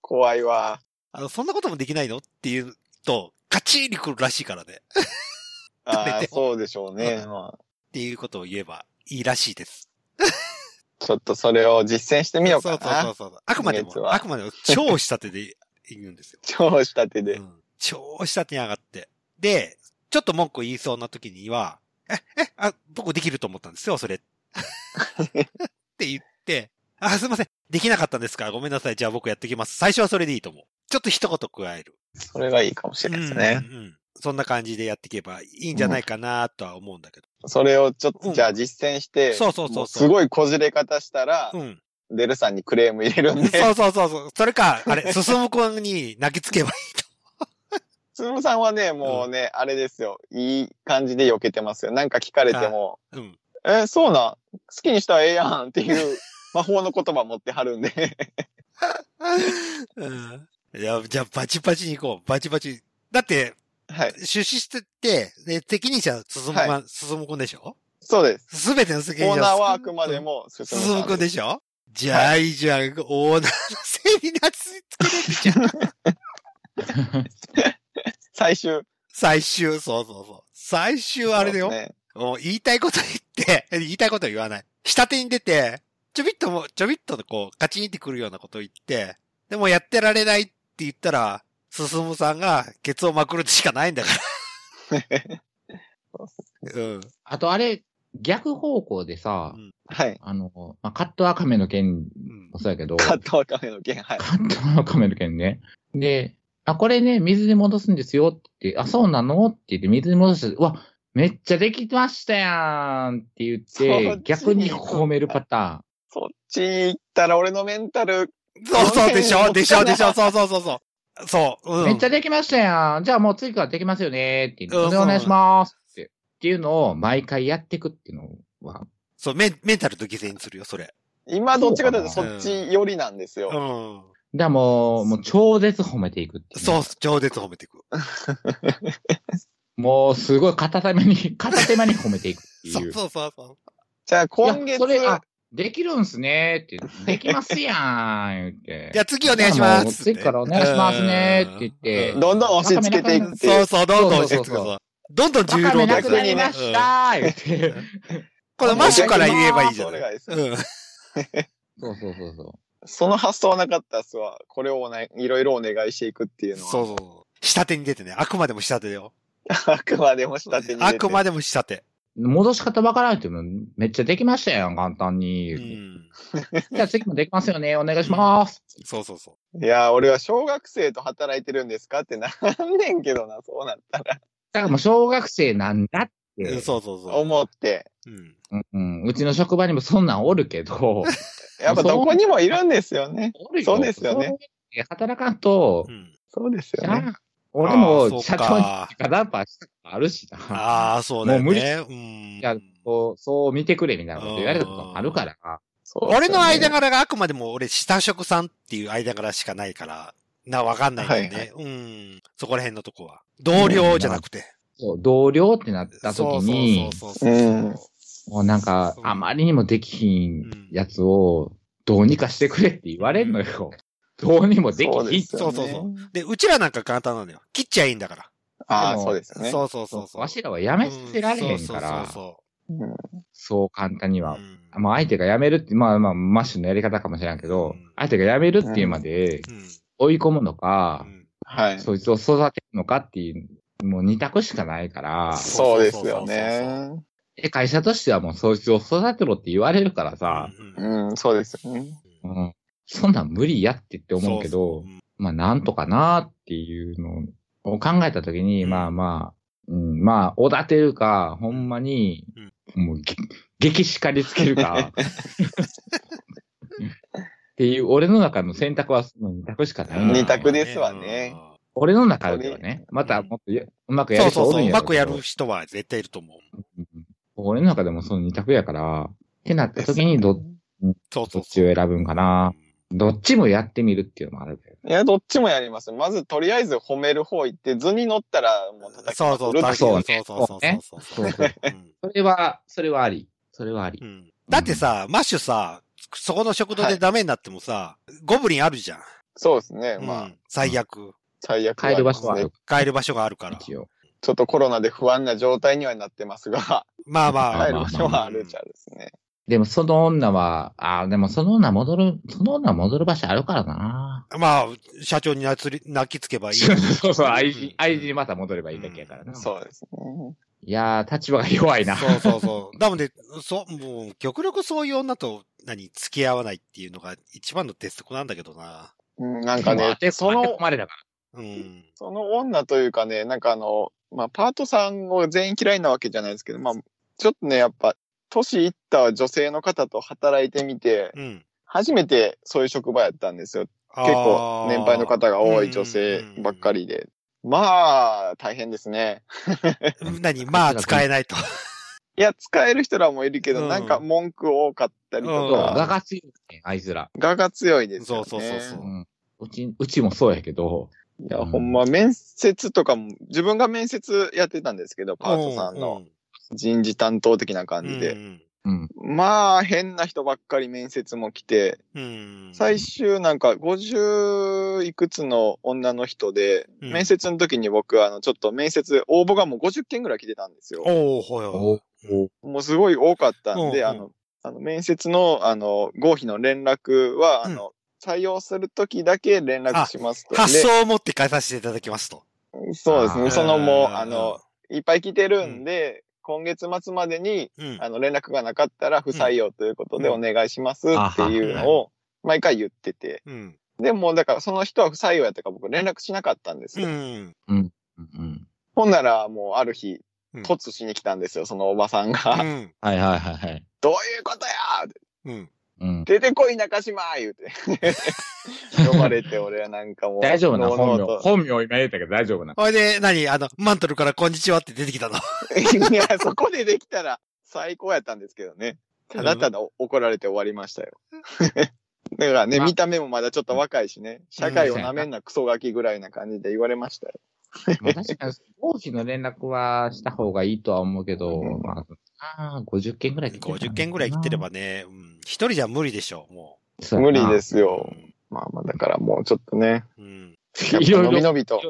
S3: 怖いわ。
S1: あの、そんなこともできないのっていうと、カチーに来るらしいからね。っ
S3: あ
S1: 誰
S3: あ、
S1: でも
S3: そうでしょうね。まあ
S1: ていうことを言えばいいらしいです。
S3: ちょっとそれを実践してみよう
S1: そう
S3: か
S1: そうそう
S3: な。
S1: そう。あくまで
S3: 今月
S1: も、
S3: は
S1: あくまでも超仕立てで言うんですよ。
S3: 超仕立てで
S1: う。ん超仕立てに上がって。で、ちょっと文句言いそうな時には、え、え、あ、僕できると思ったんですよ、 それ。って言って、あ、すいません。できなかったんですから、ごめんなさい。じゃあ僕やってきます。最初はそれでいいと思う。ちょっと一言加える。
S3: それがいいかもしれないですね。
S1: うんうんうんそんな感じでやっていけばいいんじゃないかなとは思うんだけど。
S3: それをちょっ
S1: うん
S3: と、じゃあ実践して、
S1: そうそうそうそう
S3: もすごいこじれ方したら
S1: う、ん。
S3: デルさんにクレーム入れるんで、
S1: そうそうそうそう。それか、あれ、 進む子に泣きつけばいいと。
S3: つむさんはね、もうね、あれですよ。いい感じで避けてますよ。なんか聞かれても、
S1: うん。
S3: え、そうなん好きにしたらええやんっていう魔法の言葉持ってはるんで。
S1: うん。いや、じゃあバチバチに行こう。バチバチ。だって、
S3: はい。
S1: 出資してって、で、責任者は進む、
S3: は
S1: 進むくんでしょ
S3: そうです。
S1: すべての責任
S3: オ
S1: 者
S3: ーナーはあくまで
S1: も
S3: も進
S1: 進
S3: む
S1: む
S3: さ
S1: く
S3: ん
S1: ん
S3: で。
S1: ですしょじゃあ、いいじゃん、オーナーのせいになつつけれるじゃん。
S3: 最終。
S1: 最終、そうそうそう。最終あれだよ。
S3: そうですね
S1: もう言いたいこと言って、言いたいことは言わない。下手に出て、ちょびっともう、ちょびっとこう、カチンってくるようなこと言って、でもやってられないって言ったら、進むさんがケツをまくるしかないんだから。うん。
S2: あと、あれ、逆方向でさ、
S3: はい。
S2: あの、まあ、カットアカメの件
S1: うん
S2: もそうやけど、
S3: カットワカメの件、はい。
S2: カットアカメの件ね。で、あ、これね、水に戻すんですよって言って、あ、そうなのって言って、水に戻して、うわ、めっちゃできましたやんって言っ
S3: そ
S2: て
S3: う、
S2: 逆に褒めるパターン。
S3: そっち行ったら俺のメンタル、
S1: そうそう、でしょ、でしょ、でしょ、そうそうそうそう。そう、うん。
S2: めっち
S1: ゃ、
S2: ゃできましたやん。じゃあもう次からできますよねって言
S1: う
S2: っ
S1: ん
S2: て、お願いしますって。っていうのを毎回やっていくっていうのは。
S1: そう、メンメンタルと犠牲にするよ、それ。
S3: 今どっちかというと
S1: そう
S3: そ
S1: かな
S3: っち寄りなんです
S1: う
S3: よ。
S1: ん。
S2: だからもう、もう超絶褒めていくっていうね、
S1: そう、超絶褒めていく。
S2: もうすごい片手 間に、片手間に褒めていくってい。
S1: そううそうそうそう。
S3: じゃあ
S2: いや
S3: 今月、
S2: それ、あ、できるんすねって、できますやんって。
S1: じゃあ次お願いしま
S2: もう
S1: す。
S2: 次からお願いしますねって言って。
S1: うん
S3: どんどん押し付けていくってい
S1: そう
S3: う。
S1: そう、どんどん押し付けて
S2: そうそうそ
S1: く。どんどん重
S2: わかめ
S1: 労
S2: な
S1: 働
S2: く
S1: す
S2: な
S1: る
S2: り
S1: ね。
S2: ましたー言って。
S1: このマッシュから言えばいいじゃ
S3: お
S1: ない。
S3: 願いします
S1: うん。
S2: そうそうそうそ
S3: その発想はなかったっすわ。これをおねいろいろお願いしていくっていうのは。
S1: そうそう。下手に出てね。あくまでも下手だよ。
S3: あくまでも下手に
S1: あくま
S3: で。
S1: でも下手。
S2: う。戻し方わからないっていうの、めっちゃできましたやん、簡単に。
S1: う
S2: 言って
S1: ん。
S2: じゃあ次もできますよね、お願いします。
S1: そうそうそう。
S3: いや、俺は小学生と働いてるんですかってなんねんけどな、そうなったら。
S2: だからもう小学生なんだっ
S1: うん
S2: て。
S1: そうそうそう。
S3: 思って。
S1: うん。
S2: うんうんうちの職場にもそんなんおるけど。
S3: やっぱどこにもいるんですよね。
S2: おる
S3: そうですよね。
S2: そう働かんと
S1: う、ん。
S3: そうですよ
S2: じゃ
S3: ね。
S2: あ、俺も
S1: あーそ
S2: 社
S1: うか
S2: 長に直談判したことあるしな。
S1: ああ、そうだよ
S2: もう無
S1: ね。う
S2: いや
S1: ん。
S2: こう、そう見てくれみたいなこと言われたこともあるから。
S3: そうですよね
S1: 俺の間柄があくまでも俺、下職さんっていう間柄しかないから、な、わかんないんだよね。うん。そこら辺のとこは。同僚じゃなくて。
S2: そう、同僚ってなった
S1: そう
S2: 時に、
S1: そうそうそう
S3: うん
S2: もうなんか、
S1: そう
S2: あまりにもできひんやつを、どうにかしてくれって言われんのよ。どうにもできひ
S3: そ
S1: そう
S2: ん。
S3: うですよね
S1: そうそで、うちらなんか簡単なんだよ。切っちゃいいんだから。
S2: で
S3: ああ、
S2: も
S3: そうですよね。
S1: そうそうそうそう。
S2: わしらはやめてられへんか
S1: う
S2: ら、
S1: そうそう
S3: うん
S2: そう簡単に
S1: そう
S2: は。
S1: うん
S2: まあ相手が辞めるって、まあまあ、マッシュのやり方かもしれんけ
S1: う
S2: ど
S1: ん、
S2: 相手が辞めるっていうまで
S1: うん
S2: 追い込むのか
S1: う、ん
S3: はい。
S2: そいつを育てるのかっていう、もう二択しかないから、
S3: そうですよね。
S2: で会社としてはもうそいつを育てろって言われるからさ、
S1: うん
S3: うん、そうですよね。
S2: う
S1: うん
S2: ん、そんなん無理やってって思うけ
S1: そ
S2: ど、
S1: うそううん
S2: まあなんとかなっていうのを考えたときに、
S1: うん
S2: まあまあ、うん、まあ、おだてるか、ほんまに、もうげ、激叱りつけるか。 っていう、俺の中の選択はその二択しかないな。
S3: 二択ですわね。
S2: 俺の中ではね、またもっとやうまく
S1: うん
S2: や
S1: そう
S2: る人
S1: そう
S2: お
S1: そう。
S2: るん
S1: う
S2: やろ
S1: ま
S2: けど
S1: くやる人は絶対いると思う。
S2: うん俺の中でもその二択やから、ってなった時にど
S1: そうそ
S2: ど
S1: う
S2: っ
S1: そ
S2: ち
S1: う。
S2: を選ぶんかな。どっちもやってみるっていうのもあるけ ど。
S3: いや、どっちもやります。まず、とりあえず褒める方行って、図に乗ったら、もう叩き
S1: そうそう、
S3: るってい
S2: そうね
S1: そうそうそうそうそう。
S2: そうそう
S1: うん
S2: それは、それはあり。それはあり
S1: う。んだってさ、マッシュさ、そこの食堂でダメになってもさ、ゴブリンあるじゃん。
S3: そうですね。ま
S1: う
S3: あ、
S1: ん最悪。
S3: 最悪はあ
S2: 帰
S3: り
S2: る
S3: ま
S2: 場
S3: す
S2: 所はあ
S3: ね
S2: る。
S1: 帰る場所があるから。
S2: 一応。
S3: ちょっとコロナで不安な状態にはなってますが、
S1: まあまあ。
S2: はい
S3: 帰る場所はあるじゃんですね。
S2: でもその女は、ああ、でもその女戻る、その女戻る場所あるからな。
S1: まあ、社長になつり泣きつけばいい。
S2: そうそう、愛
S1: うん
S2: 人、愛人にまた戻ればいいだけやからな。
S3: そうですね。
S2: いやー、立場が弱いな。
S1: そうそうそう。なので、そう、もう、極力そういう女と、何、付き合わないっていうのが一番の鉄則なんだけどな。
S3: うん、なんかね、そ
S2: その
S3: の、
S2: まれだか
S1: うん。
S3: その女というかね、なんかあの、まあ、パートさんを全員嫌いなわけじゃないですけど、まあ、ちょっとね、やっぱ、年いった女性の方と働いてみて、
S1: うん。
S3: 初めてそういう職場やったんですよ。
S1: 結
S3: 結構、年配の。方が多い女性ばっかりで。まあ、大変ですね。
S1: 何ま あ、使えないと。
S3: いや、使える人らもいるけど、
S1: うん
S3: なんか文句多かったり
S2: ら。
S3: と
S2: そう、
S1: あー
S2: 我
S3: か、
S2: が強いね、あいつら。
S3: 我が強いですよね。
S1: そうそうそうそう
S2: うん。うち、うちもそうやけど、
S3: いや、
S2: うん
S3: ほんま、面接とかも、自分が面接やってたんですけど、パートさんの人事担当的な
S1: う
S3: 感
S1: ん。
S3: じで。
S1: うん
S2: うん。
S3: まあ、変な人ばっかり面接も来て、
S1: うん。
S3: 最終なんか50いくつの女の人で、
S1: うん
S3: 面接の時に僕、あの、ちょっと面接、応募がもう50件ぐらい来てたんですよ。
S1: おおほよ。
S2: お
S3: もうすごい多かったん
S1: うん
S3: で、あの、あの面接の、あの、合否の連絡は、あの、採用するときだけ連絡しますと。
S1: 発
S3: で
S1: 想を持って返させていただきますと。
S3: そうです
S2: あ
S3: ね。
S2: ー
S3: そのもう、
S1: ん
S3: あの、、いっぱい来てるんで、今月末までに、
S1: うん。
S3: あの、連絡がなかったら不採用ということで
S1: う
S3: お
S1: ん
S3: 願いしますっていうのを、毎回言ってて。
S1: うん。
S3: でも、だからその人は不採用やったから僕連絡しなかったんです
S1: う
S3: よ。
S1: ん。
S2: うんうん。
S3: ほんなら、もうある日、
S1: うん
S3: 突しに来たんですよ、そのおばさんが。
S1: ん。
S2: はいはいはいはい。
S3: どういうことやって
S1: うん。
S2: うん。
S3: 出てこい中島言うて。 呼ばれて、俺はなんかもう。
S2: 大丈夫な、
S3: ノー
S2: 本
S3: ノー
S2: 名。
S3: と
S2: 本名今言ったけど大丈夫な。
S1: ほいで、何あの、マントルからこんにちはって出てきたの。
S3: いや、そこでできたら最高やったんですけどね。ただただ怒られて終わりましたよ。 だからね、
S2: まあ
S3: 見た目もまだちょっと若いしね、社会をなめんなクソガキぐらいな感じで言われましたよ。
S2: まあ確かに、王妃の連絡はした方がいいとは思うけど、
S3: うん
S2: まあ、あー50件ぐらい来てるか
S1: 50
S2: な
S1: 件ぐらい切ってれ。ばね、うん。一人じゃ無理でしょう、も
S2: そう
S3: 無
S2: やな
S3: 理ですよ
S1: う。ん。
S3: まあまあ、だからもうちょっとね、
S1: うん。
S3: やっ
S2: いろいろ
S3: ぱのびのびと、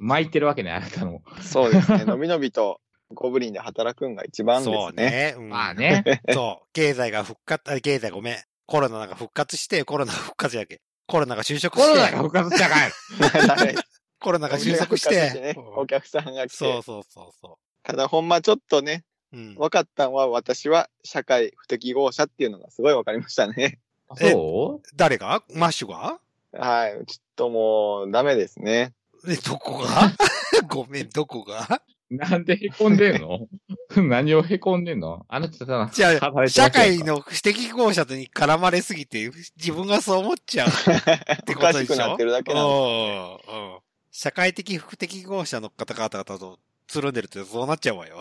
S2: 巻いてるわけね、あなたの。
S3: そうです ね、のびのびと、ゴブリンで働くんが一番で
S1: そう
S3: すね。
S1: ね。うん
S2: まあ。ね。
S1: そう。経済が復活、あ経済ごめん。コロナが復活して、コロナが復活やけ。コロナが就職
S2: コ
S1: し
S2: ロナが
S1: て、
S2: 復活したかい。
S3: はい
S1: コロナが収束し
S3: お客さん
S1: て
S3: が来ね。
S1: うん
S3: お客さんが来
S1: そ
S3: て
S1: う。そうそうそ
S3: ただほんまちょっとね、
S1: う。うん。
S3: 分かったんは私は社会不適合者っていうのがすごい分かりましたね。
S1: え
S2: そう
S1: 誰がマッシュが
S3: はい。ちょっともうダメですね。
S1: え、どこが ごめん、どこが
S2: なんで凹んでんの 何を凹んでんのあの人ただ、
S1: じゃあ
S2: 働いてますや
S1: 社
S2: んか
S1: 会。の不適合者に絡まれすぎて、自分がそう思っち ゃうって
S3: お
S1: こ
S3: か
S1: と
S3: し
S1: でしょ
S3: くなってるだけなんで
S1: うんうん社会的不適合者の方々とつるんでるとそうなっちゃうわよ。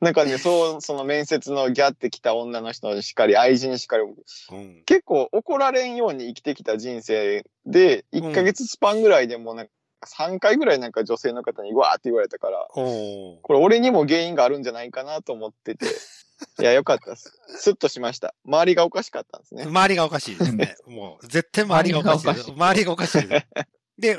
S3: なんかね、そう、その面接のギャってきた女の人にしかり、愛人にしかり、
S1: うん。
S3: 結構怒られんように生きてきた人生で、
S1: ん
S3: 1ヶ月スパンぐらいでもうなんか3回ぐらいなんか女性の方にわーって言われたから、
S1: おー
S3: これ俺にも原因があるんじゃないかなと思ってて、いや、よかったです。スッとしました。周りがおかしかった んですね。
S1: 周りがおかしいですね。もう、絶対周りがおかしいです。周りがおかしいです。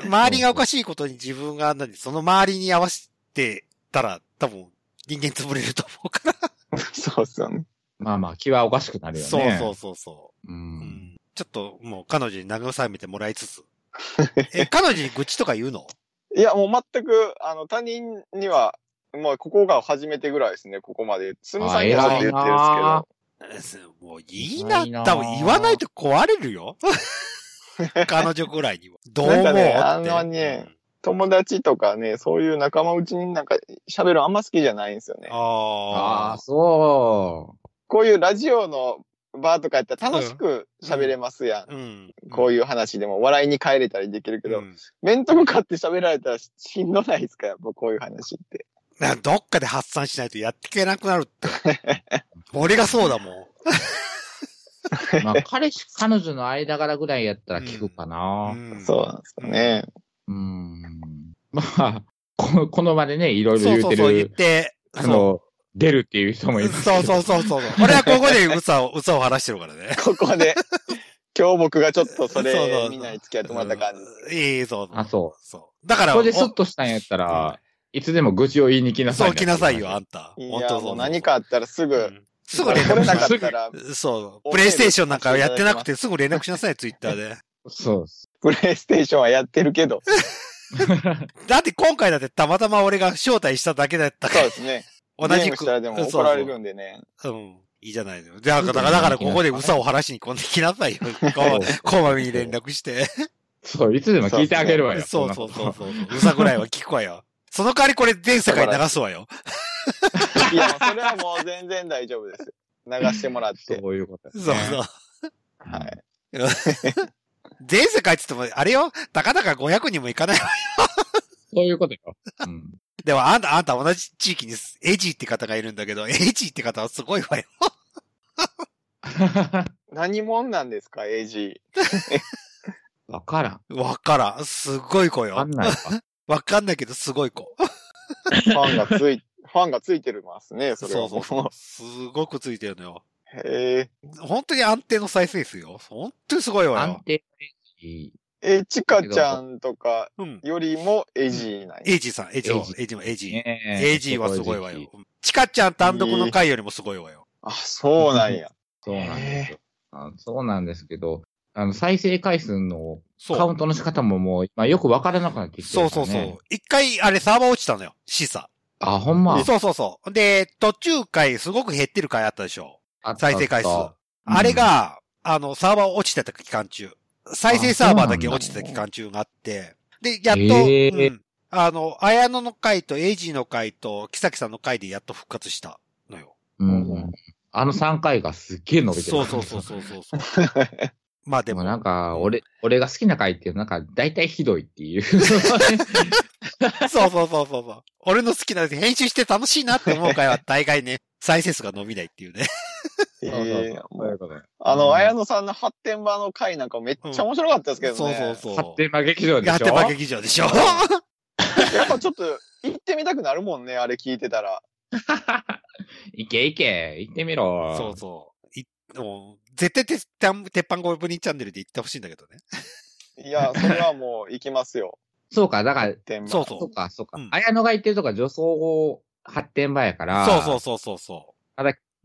S1: で、周りがおかしいことに自分が、何、その周りに合わせてたら、多分、人間潰れると思うから。
S3: そうっすよね。
S2: まあまあ、気はおかしくなるよね。
S1: そうそうそうそう。
S2: う。うん。
S1: ちょっともう彼女に慰めてもらいつつ。え、彼女に愚痴とか言うの
S3: いや、もう全く、あの、他人には、もうここが初めてぐらいですね、ここまで。つむさんにはちょっと言ってるんですけ
S2: あ偉いな
S3: ど。
S1: えすもういいな、
S2: ないな
S1: 多分言わないと壊れるよ。彼女ぐらいには。どう思うっ
S3: なん
S1: て
S3: かねあのね友達とかね、そういう仲間内になんか喋るのあんま好きじゃないんですよ
S1: うん
S3: ね。
S2: あ
S1: あ
S2: あ、そ
S3: こういうラジオのバーとかやったら楽しく喋れますやん。
S1: あ。うん。
S3: こう
S1: いう
S3: いう話でも笑いに帰れたりできるけど、
S1: ん、
S3: 面と向かって喋られたらししんどないですかやっぱこういう話って。
S1: などっかで発散しないとやっていけなくなるって。俺がそうだもん。
S2: う。まあ、彼氏、彼女の間柄ぐらいやったら聞くかな。
S1: ん
S3: そうなんですかね。
S2: うん。まあ、ここの場でね、いろいろ
S1: そう
S2: 言う
S1: そ
S2: て
S1: うそう、言っ
S2: る、
S1: て。
S2: あの、出るっていう人もいる。
S1: そうそうそうそう。俺はここで嘘を、嘘を晴らしてるからね。
S3: ここ で、今日僕がちょっとそ
S1: そうそうそ
S3: れ
S1: う
S3: みんなに付き合ってもらった感じ。
S1: うんいい、そうそう。
S2: あ、そう。
S1: そう。だから、
S2: それでスッとしたんやったら、いつでも愚痴を言いに来
S1: お
S2: なさい
S1: そう
S2: ね。
S1: 来なさいよ、あんた。
S3: い
S1: 本
S3: や、
S1: 当
S3: も
S1: そうう。
S3: 何かあったらす
S1: う
S3: ぐ、
S1: んすぐ連
S3: 来れな
S1: 絡
S3: かっ
S1: しな
S3: たら、
S1: そう。プレイステーションなんかやってなくてすぐ連絡しなさい、ツイッターで。
S2: そうっす。
S3: プレイステーションはやってるけど、
S1: だって今回だってたまたま俺が招待しただけだったか
S3: そう
S1: ら
S3: で、すね。
S1: 同
S3: ゲー
S1: じ
S3: ム
S1: く。
S3: したらでも怒られるんでね。
S1: そうそううん。いいじゃないの。だから、だからだからここで嘘を晴らしにこんできな さいよ。こまこまめに連絡して。
S2: そう、いつでも聞いてあげるわよ。
S1: そうそう
S2: こんな
S1: そう
S2: こ
S1: そう。嘘ぐらいは聞くわよ。その代わりこれ全世界に流すわよ。
S3: いや、もうそれはもう全然大丈夫です。流してもらっ
S2: と。
S3: て。
S2: そういうこと
S1: そ
S2: で
S1: う
S2: すね。
S1: そう。
S3: はい。
S1: 全世界って言っても、あれよ、たかだか500人もいかないわ。
S2: そういうことよ。うん。
S1: でも、あんた、あんた同じ地域にすエジーって方がいるんだけど、エジーって方はすごいわよ。
S3: 何者なんですか、AG。
S2: わからん。
S1: わからん。すごい子
S2: わか
S1: よ
S2: ん。ないか。
S1: わかんないけど、すごい子。
S3: ファンがつ い、ファンがついてますね、それは。
S1: すごくついてるのよ。
S3: へ
S1: 本当に安定の再生数よ。本当にすごいわ
S2: 安
S1: よ。
S2: 定し、
S3: え。え、ちかちゃんとか
S1: うん。
S3: よりも AG なんや
S1: エイジーさん、エイジー
S2: エイジ、
S1: エイジもエイジー。
S2: ねえ
S1: エイジーはすごいわよ。チカちゃん単独の回よりもすごいわよ。
S3: あ、そうなん や。
S2: そうなんですよ。あそうなんですけど、あの、再生回数の
S1: そう。
S2: カウントの仕方ももう、まあ、よくわからなくなってきて
S1: そ
S2: る
S1: う
S2: から
S1: そ
S2: ね
S1: うそう。。一回、あれ、サーバー落ちたのよ。シーサ
S2: あ、ほんま。
S1: そうそうそう。で、途中回、すごく減ってる回あったでしょ。
S2: あった
S1: 再生回数。
S2: あった
S1: あれが、あの、サーバー落ちてた期間中。再生サーバーだけ落ちてた期間中があって、で、やっと、
S2: へー
S1: うんあの、綾野の会とエイジの会と、木崎さんの会でやっと復活したのよ。
S2: うん。あの3回がすっげえ伸びて
S1: そ
S2: る。
S1: うそうそうそうそうそう。 まあで
S2: でも
S1: も、
S2: なんか、俺、俺が好きな回っていうのはなんか、大体ひどいっ ていう。
S1: そうそうそうそうそう。俺の好きな、編集して楽しいなって思う回は大概ね、再生数が伸びないっていうね。
S3: え
S2: そうそう
S3: え
S2: そうそういうことね
S3: あ
S2: うん
S3: の、綾野さんの発展場の回なんかめっちゃ面白かったですけどね。
S1: そうそうそう。
S2: 発展場劇場でしょ
S1: やってば劇場でしょ
S3: やっぱちょっと行ってみたくなるもんね、あれ聞いてたら。
S2: いけいけ、行ってみろ。
S1: そうそう。いもう絶対て鉄板ゴブリンチャンネルで行ってほしいんだけどね。
S3: いや、それはもう行きますよ。
S2: そうか、だから、
S3: 天満
S1: そうそう
S2: そうか、そうか
S1: うん。
S2: 綾野が言ってるとか女装発展場やから、
S1: そうそうそうそうそ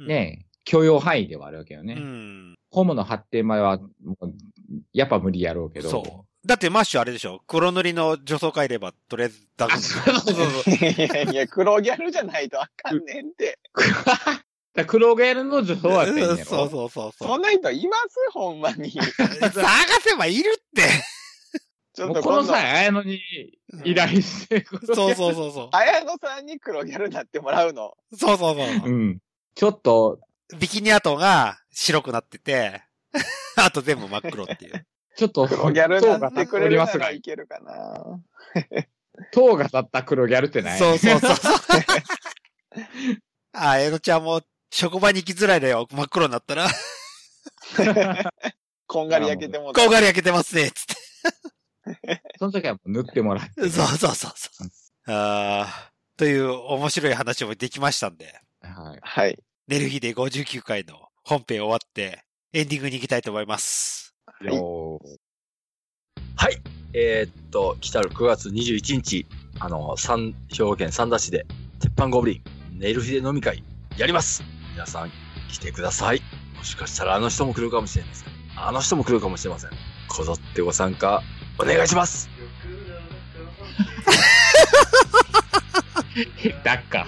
S2: ね、許容範囲ではあるわけよ
S1: う。
S2: ね。
S1: うん。
S2: ホモの発展場は、もうやっぱ無理やろうけど。
S1: そう。だってマッシュあれでしょ黒塗りの女装変えれば、とりあえずダ
S2: あ
S1: メ。
S2: そうそう そうそう。
S3: いやいや、黒ギャルじゃないとあかんねんって。
S2: だから黒ギャルの女装はやってんねやろ
S1: ん そうそうそうそ
S3: そん
S1: う。
S3: な人いますほんまに。
S1: 探せばいるって。
S3: ちょ
S2: も
S3: っ
S2: う
S3: と
S2: この
S3: 今度、
S2: 際、綾野に依頼して。
S1: そうそうそうそ
S3: 綾野さんに黒ギャルになってもらうの。
S1: う。そうそうそう。
S2: うん。ちょっと、
S1: ビキニ跡が白くなってて、 あと全部真っ黒っていう。
S2: ちょっと、
S3: 黒ギャルになってくれる
S2: 塔が
S3: な
S2: 立ってお
S3: ら
S2: り
S3: いけるかな。
S2: ますが塔が立った黒ギャルってない
S1: そうそうそう。あ、えのちゃんも職場に行きづらいだよ。真っ黒にな ったら。
S3: こんがり焼けてもうた
S1: こんがり焼けてますね。つって。
S2: その時はもう塗ってもらって。
S1: そうそうそうそう。あーという面白い話もできましたんで、
S2: はい。
S3: はい。
S1: 寝る日で59回の本編終わって、エンディングに行きたいと思います。
S3: はい
S2: よー
S5: えーっと、来たる9月21日、あの、三、兵庫県三田市で、鉄板ゴブリン、ネイルヒデ飲み会、やります皆さん、来てください。もしかしたらあの人も来るかもしれないです。あの人も来るかもしれません。こぞってご参加、お願いします
S2: だっか。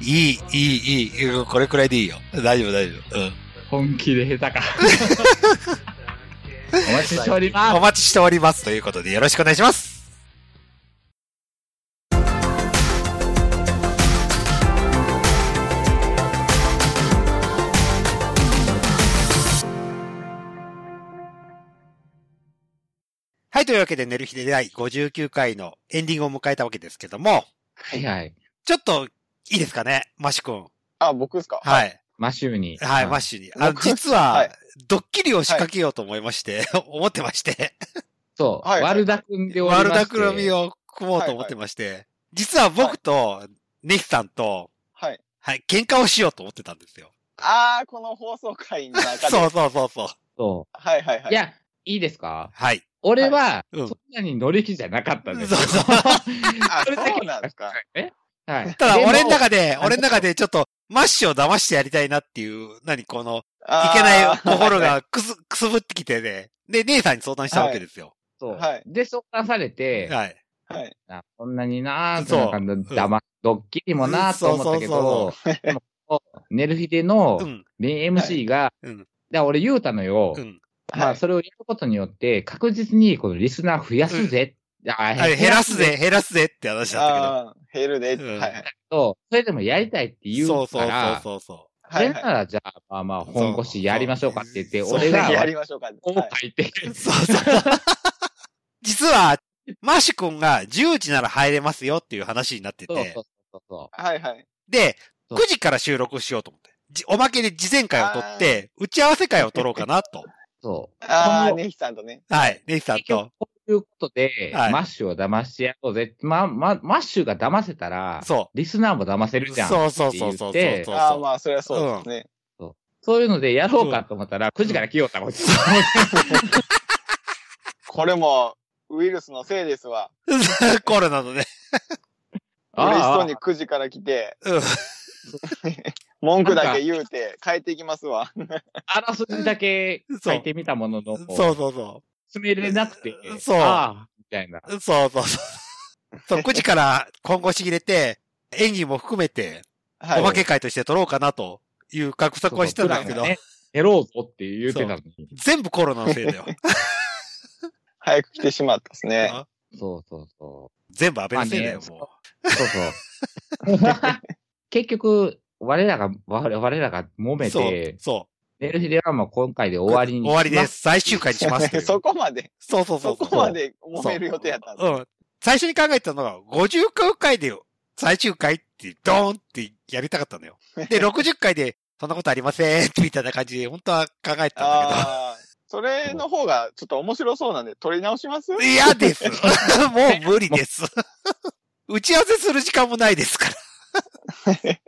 S1: いい、いい、いい。これくらいでいいよ。大丈夫、大丈夫。うん。
S2: 本気で下手か。お待ちしております
S1: お。待ちしておりますということでよろしくお願いします。はい、というわけで、寝る日で第59回のエンディングを迎えたわけですけども、
S2: はいはい。
S1: ちょっと、いいですかね、マシュ君。
S3: あ、僕ですか
S1: はい。
S2: マシューに。
S1: はい、マシ
S2: シ
S1: ュに。あの、
S3: 僕
S1: 実は、
S3: はい
S1: ドッキリを仕掛けようと思いまして、思ってまして。
S2: そう。
S3: はい
S2: 悪だくんでおりまし
S1: 悪
S2: て
S1: だくるみ。を組もうと思ってまして、実は僕と、ネヒさんと、
S3: はい。
S1: はい、喧嘩をしようと思ってたんですよ。
S3: あー、この放送回の中で。
S1: そうそうそうそう。
S2: そ
S3: はいはい
S2: う。
S3: はい。
S2: いや、いいですか
S1: はい。
S2: 俺は、
S1: うん
S2: そんなに乗り気じゃなかったんですよ。
S1: そうそう
S3: あ、
S2: それだけ
S3: そうなんですか。
S2: ねはい。
S1: ただ
S2: でも
S1: 俺の中で、
S2: も
S1: 俺の中でちょっと、マッシュを騙してやりたいなっていう、何この、
S3: あ
S1: い
S3: ー
S1: けない心。がくす、くすぶってきてね。で、姉さんに相談したわけですよ。
S2: そう。
S3: はい
S2: で、そっからされて、
S1: はい。
S3: はい。
S2: あこんなになぁ、
S1: そう
S2: そう。なんか、だま、ドッキリもなぁと思ったけ
S1: そう
S2: ど、でもこう寝る日での
S1: うん。
S2: メイン MC が、
S1: うん
S2: で俺言うたのよ、
S1: うん。
S2: まあ、それをやることによって、確実にこのリスナー増やすぜ。あ
S1: あれ、減らす。ぜ、減らすぜって話だっ
S3: あー、減るで。
S1: うん
S3: はいはい
S2: と、それでもやりたいって
S1: た
S2: 言
S1: けど。
S2: うから、
S1: そうそうそうそうそ
S3: は
S2: それ
S3: い
S2: な
S3: はい。
S2: ら、じゃあ、まあまあ、本腰やりましょうかって言って、
S1: そう
S2: 俺が、
S3: やりましょうか。はい
S2: こう書いて、
S1: う。そうそうそう。実は、マッシュ君が10時なら入れますよっていう話になってて。
S2: そうそうそうそ
S3: はいはい。
S1: で、
S2: そう
S1: 9時から収録しようと思って。じおまけで事前会を取って、打ち合わせ会を取ろうかなと。
S2: う。そう。
S3: あ
S2: こ
S3: ー、
S2: の
S3: ネヒさんとね。
S1: はい。ネヒさん
S2: 結局
S1: と。
S2: こういうことで、
S1: はい
S2: マッシュを騙してやろうぜ。まあ、ま、マッシュが騙せたら、
S1: そ
S2: リスナーも騙せ
S1: う。
S2: るじゃん。
S1: そうそうそうそうそう
S2: って言って
S1: そう
S3: あ
S1: そ
S3: ー、
S1: う。
S3: まあ、それはそうですね。
S2: そういうのでやろうかと思ったら、9時から来ようた こっち。
S3: これも、ウイルスのせいですわ。
S1: コロナのね。
S2: ああ
S3: 嬉しそうに9時から来て、
S1: うん。
S3: 文句だけ言うて、帰っていきますわ。
S2: あらすじだけ書いてみたものの、
S1: そうそうそ
S2: 詰めれなくて、
S1: そう
S2: ああみたいな。
S1: う。そうそうそう。そう、9時から今後し入れて、演技も含めて、
S3: はい。
S1: おまけ会として取ろうかなという画策をしてたんですけど、
S2: そうそうプランがねやろうぞって言ってたのに。
S1: 全部コロナのせいだよ。
S3: 早く来てしまったですね。
S1: あ
S2: そうそうそ
S1: 全部安倍のせいだよ、
S2: まあね
S1: も
S2: う。そうそう。結局、我らが、我我らが揉
S1: う。
S2: め
S1: そう
S2: て、、
S1: そ
S2: ネルヒデはもう今回で終わり
S1: う。
S2: に。
S1: 終わりです。最終回にしますという
S3: そこまで、
S1: そうそうそう。
S3: そこまで揉める予定やったんです
S1: う
S3: ね
S1: ん。最初に考えてたのは、59回で最終回って、ドーンってやりたかった のよ。で、60回で、そんなことありません、みたいな感じで、本当は考えてたんだ
S3: ああ、それの方がちょっと面白そうなんで、撮り直します
S1: けど。嫌 です。もう無理です。 打ち合わせする時間もないですか
S2: で、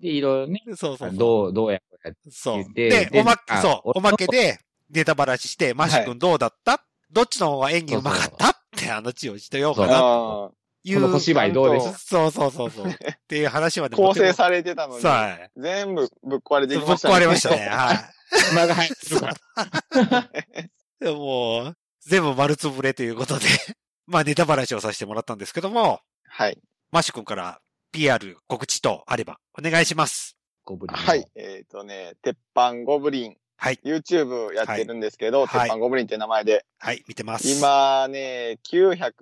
S2: いろいろね、
S1: ら。そうそうそう。
S2: どう、どうやっ
S1: そう
S2: 言って
S1: で、
S2: で
S1: おま
S2: あ、
S1: そう、
S2: 俺
S1: お
S2: の
S1: まけで、ネタバラシして、マッシュ君どうだった、どっちの方が演技うまかったって話をしてようか
S2: そう
S1: な、い
S3: あ
S2: この
S1: う。
S2: 小芝居どうでし
S3: ちゃんと
S1: そうそうそうそう。っていう話ま
S3: ー
S1: で
S3: 構
S1: 持ってこ
S3: 成されてたのに、
S1: さあ、
S3: 全部ぶっ壊れて
S1: ぶっ
S3: きましたね。
S1: 壊れましたね。は
S2: た馬が入ってるから。
S1: い。でもう、 全部丸つぶれということで、 まあネタバラシをさせてもらったんですけども、
S3: はい。
S1: マッシュ君から PR 告知とあればお願いします。
S2: ゴブリンの
S3: はい。。えっ、とね、鉄板ゴブリン。
S1: はい。
S3: YouTube やってるんですけ
S1: はい
S3: ど、
S1: はい
S3: 鉄板ゴブリンって名前で。
S1: はい、見てます。。
S3: 今ね、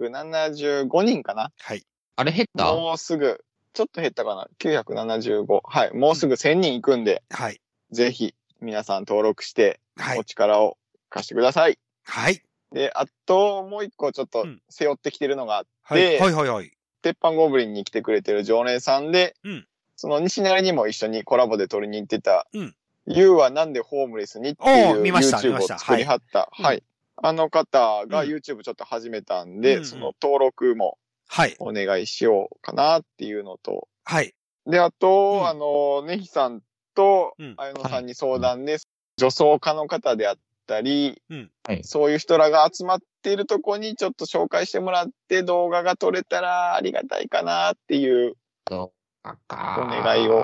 S3: 975人かな
S1: はい。
S2: あれ減った
S3: もうすぐ、ちょっと減ったかな ?975。はい。もうすぐ1000人行くんで、
S1: はい。
S3: ぜひ皆さん登録して、
S1: はい
S3: お。力を貸してください。
S1: はい。
S3: で、あと、もう一個ちょっ
S1: う
S3: と
S1: ん
S3: 背負ってきてるのが、
S1: はい。
S3: で
S1: はい。はい。はい。
S3: 鉄板ゴブリンに来てくれてる常連さんで、
S1: うん
S3: その西成にも一緒にコラボで撮りに行ってた、
S1: うん
S3: You はなんでホームレスにってい
S1: おー
S3: う
S1: 見ました
S3: YouTube
S1: 見ま
S3: を
S1: した
S3: 作りはった。
S1: い
S3: はい。あの方が
S1: うん
S3: YouTube ちょっと始めたんで、
S1: うん
S3: その登録も
S1: はい。
S3: お願いしようかなっていうのと、
S1: はい。
S3: で、あと、
S1: うん
S3: あの、ネヒさんと
S1: うん、
S3: あやのさんに相談で、女装家の方であったり、
S1: うん
S2: はい
S3: そういう人らが集まっているとこにちょっと紹介してもらって動画が撮れたらありがたいかなっていう
S2: そうかか。
S3: お願いを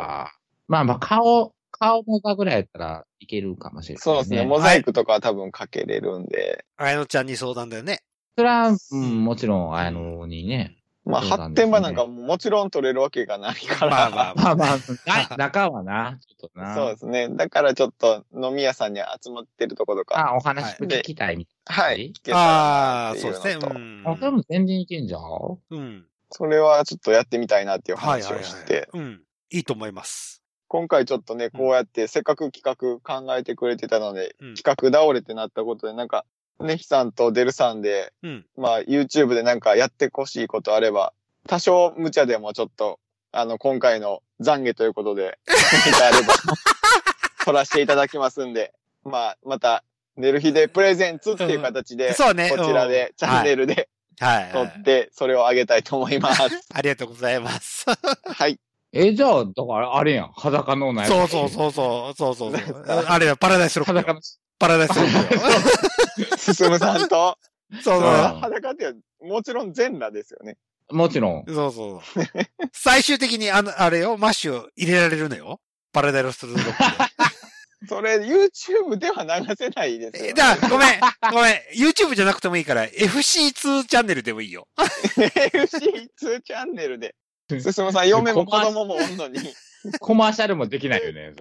S2: まあまあ、顔、顔もがぐらいやったらいけるかもしれない、
S3: そうですね。モザイクとかは多分かけれるんで。
S1: 綾乃ちゃんに相談だよね。
S2: それは、うん、もちろん、あの、にね。
S3: まあ、
S2: そうなん
S3: 発
S2: ですね
S3: 展場なんかもちろん取れるわけがない
S1: ま
S3: か
S1: あ
S3: ら。
S1: まあま
S2: ま
S1: あ。
S2: あまあ、な中はな、ちょっとな。
S3: そうですね。だからちょっと飲み屋さんに集まってるとことか。
S2: あ、お話聞きたいみ
S3: は
S2: たい。
S3: い。聞けたらな
S1: ああ、
S3: ってい
S1: そう
S3: の
S1: で
S3: と
S1: すね。うん。
S2: あ、それも全然いけんじゃん。
S1: うん。
S3: それはちょっとやってみたいなっていう
S1: はい
S3: 話
S1: はいは
S3: を
S1: い
S3: して。。
S1: うん。いいと思います。
S3: 今回ちょっとね、こうやってせっかく企画考えてくれてたので、
S1: うん。
S3: 企画倒れってなったことで、なんか、ネヒさんとデルさんで、
S1: うん。
S3: まあ YouTube でなんかやってほしいことあれば、多少無茶でもちょっと、あの、今回の懺悔というこ とで、何かあれば、撮らせていただきますんで、まあ、また、ネルヒデプレゼンツっていう形で、
S1: そうね。
S3: こちらで、チャンネ
S1: ル。
S3: ルで
S1: はいはい
S3: 撮
S1: は
S3: っ
S1: い。
S3: て、それをあげたいと思 います。
S1: ありがとうございます。
S3: はい。
S2: え、じゃあ、だから、あれやん。裸のない。
S1: そうそうそうそう、そうそうそう。あれだ、パラダイスロック
S2: 裸
S1: よ。
S2: の。
S1: パラダイスロッ クよ。
S3: 進むさんと、
S1: そう
S2: うん
S3: 裸っていうのはもちろん全裸ですよね。
S2: もち ろん。
S1: そう。そうそう。最終的にあの、あれよ、マッシュ入れられるのよ。パラダイス ロック
S3: それ、YouTube では流せないですよ、
S1: で。
S3: ね。
S1: えだから、ごめん、ごめん。YouTube じゃなくてもいいから、FC2 チャンネルでもいいよ。
S3: FC2 チャンネルで。進むさん、嫁も子供もおんのに。
S2: コマーシャルもできないよね。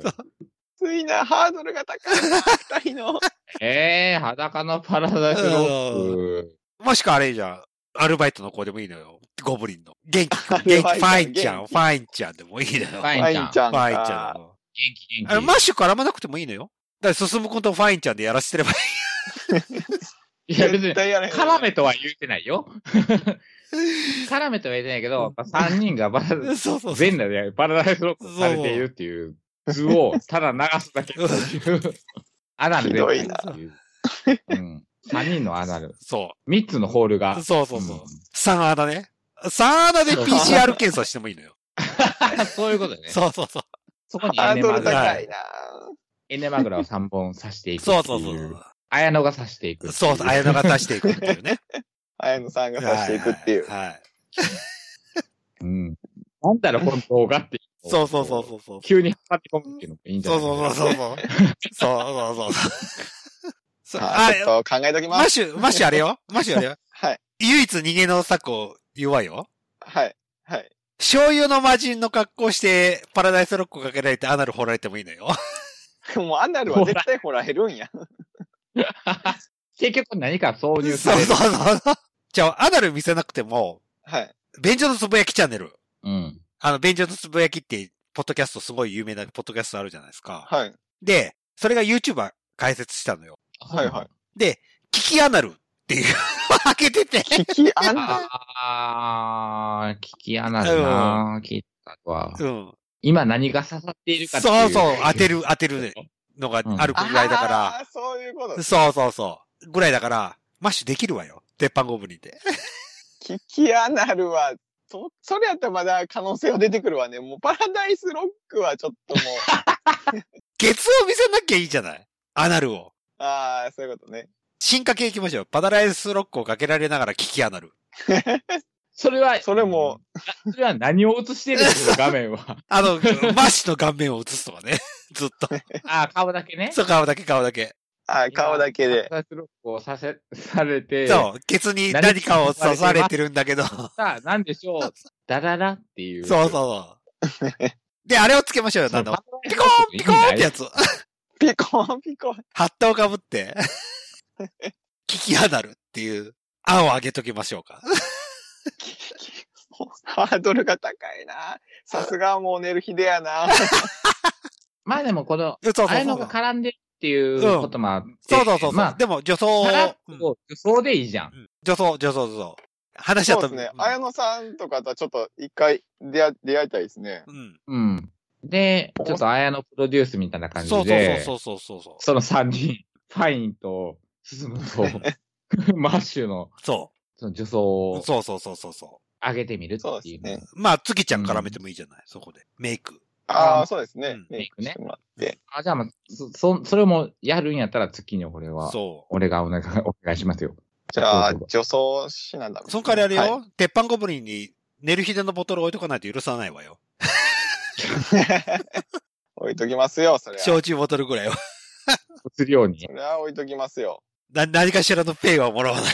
S3: ついな、ハードルが高いな、二人の。
S2: えー、裸のパラダイスロック。
S1: もしくはあれじゃん。アルバイトの子でもいいのよ。ゴブリンの。元気くん、
S3: アル
S1: 元
S3: バ
S1: 気、
S3: イ
S1: フ
S3: ト
S1: ァインちゃん、
S3: 元
S1: ファインちゃんでもいいのよ。
S2: フ
S1: ファ
S2: ァ
S3: ワ
S2: インち
S3: イ
S2: ゃ
S3: ン
S2: ん。
S3: ち
S2: 元
S3: ゃんか。
S1: インちゃんの。
S2: 気
S1: あの、
S2: 元
S1: マッシュ絡まなくてもいいのよ。だから、進むことファインちゃんでやらせてればいい。
S2: 気。いや、別
S3: 絶
S2: に、
S3: 対やれへん
S2: 絡めとは言うてな いよ。絡めとは言うてないけど、3人がバラ、
S1: そうそうそう。
S2: 全裸でパラダイスロックされているっていう図をただ流すだけっていう。アナルではっていう。うん。3人のアナル。
S1: そ
S2: 3つのホールが
S1: う。。そうそうそう
S2: うん。
S1: 三穴ね。三穴で PCR 検査してもいい のよ。
S2: そういうことね。
S1: そうそうそう。
S2: そこに
S3: ハ
S2: エ
S3: ー
S2: ネ
S3: ド
S2: マ
S3: ル
S2: グラ。
S3: 高いな。
S2: エネマグラを3本刺していくってい。
S1: そううそう そう。
S2: 綾野が刺していくってい。
S1: そうそう。あやのが足していくっていうね。
S3: 綾野さんがさしていくっていう。
S1: はいはいはい。
S2: うん。なんだろ、この動画っていうの
S1: そ
S2: を。
S1: うそうそうそうそう。
S2: 急に張り込むっていうのもいいんじゃ
S1: そ
S2: な
S1: う
S2: い
S1: そうそうそう。
S2: う。
S1: そうそうそうそう。そう
S3: あ
S1: あ
S3: ー、ちょっと考えとき
S1: マッ
S3: ます。
S1: シュ、マッシュあれよマッシュあれ よ
S3: はい。
S1: 唯一逃げの策を弱いよ。
S3: はい。はい。
S1: 醤油の魔人の格好して、パラダイスロックかけられてアナル掘られてもいいのよ。
S3: もうアナルは絶対ほら減るんや。
S2: 結局何か挿入
S1: そう
S2: される。
S1: そうそうそう。じゃあ、アナル見せなくても、
S3: はい。
S1: 便所のつぶやきチャンネル。
S2: うん。
S1: あの、便所のつぶやきって、ポッドキャストすごい有名なポッドキャストあるじゃないですか。
S3: はい。
S1: で、それが YouTuber 解説したのよ。
S3: はいはい。
S1: で、聞きアナルって いう開けてて。
S3: 聞きあんな。
S2: あー、聞き穴だな、聞いたとは。
S1: うん。
S2: 今何が刺さっているかってい
S1: そう
S2: う。
S1: そう、当てる、当てるのがあるぐらいだか
S3: あー。そういうこと
S1: ら。。 そうそうそう。ぐらいだから、マッシュできるわよ。鉄板ゴブリンで。
S3: 聞きアナルは、そ、それやったらまだ可能性は出てくるわね。もうパラダイスロックはちょっともう、
S1: 月を見せなきゃいいじゃない。アナルを。
S3: ああ、そういうことね。
S1: 進化系行きましょう。パダライスロックをかけられながら聞きアナル。
S2: それは、
S3: それも、
S2: それは何を映してるんですか、画面は。
S1: あ の、マッシュの顔面を映すとかね。 ずっと。
S2: あー、顔だけね。
S1: そう、顔だけ顔だけ。
S3: あー顔だけで。
S2: 脱力をさせ、されて、
S1: そう、ケツに何かを刺されてるんだけど。そう
S2: さあ、なんでしょう、ダララっていう。
S1: そうそう。で、あれをつけましょうよ。
S2: そ
S1: あ
S2: の
S1: の、ピコーンピコーンってやつ。
S3: ピコンピコン。
S1: ハットをかぶ って、聞きあなるっていう案を上げときましょうか。
S3: ハードルが高いな。さすがもう寝る日でやな。
S2: まあでも、この、
S1: そうそう
S2: ああいう
S1: そ
S2: の
S1: う
S2: が。絡んでるっていうこともあって。
S1: そうそうそう。
S2: ま
S1: ま
S2: あ、
S1: でも、女装を
S2: さらっ、
S1: うん
S2: とそうでいいじゃん。
S1: 女装、女装、女装。話し合
S3: そ
S1: っ
S3: うで
S1: た
S3: すね。綾野さんとかとはちょっと一回出会出会いたいですね。
S1: うん。
S2: うん。で、ちょっと綾のプロデュースみたいな感じで、
S1: そうそうそうそうそう。
S2: その3人、ファインと、進 むと、マッシュの、
S1: そ
S2: その女装
S1: う。
S2: を
S1: そうそうそうそうそ
S2: 上げてみるって
S3: そう
S2: い
S3: で
S2: う。
S3: すね。
S1: う。まあ、月ちゃん絡めてもいいじゃない、そこで。メイク。
S3: ああ、そうですね。
S1: うん
S3: メイクしてもらって。
S2: あ、じゃあ、まあ、そ、そ、それもやるんやったら月に俺は、
S1: そ
S2: 俺がお願い、お願いしますよ。
S3: じゃ
S2: そ
S3: あ
S2: うそう、
S3: 女装しなんだろ
S1: う。
S3: う。
S1: その代わりあれよ、
S3: は
S1: 鉄板ゴブリンに寝る日でのボトル置いとかないと許さないわよ。
S3: い 置いときますよ、それは。
S1: 焼酎ボトルぐらいは。
S2: するように
S3: そ。れは置いときますよ。
S1: な、何かしらのペイはもらわない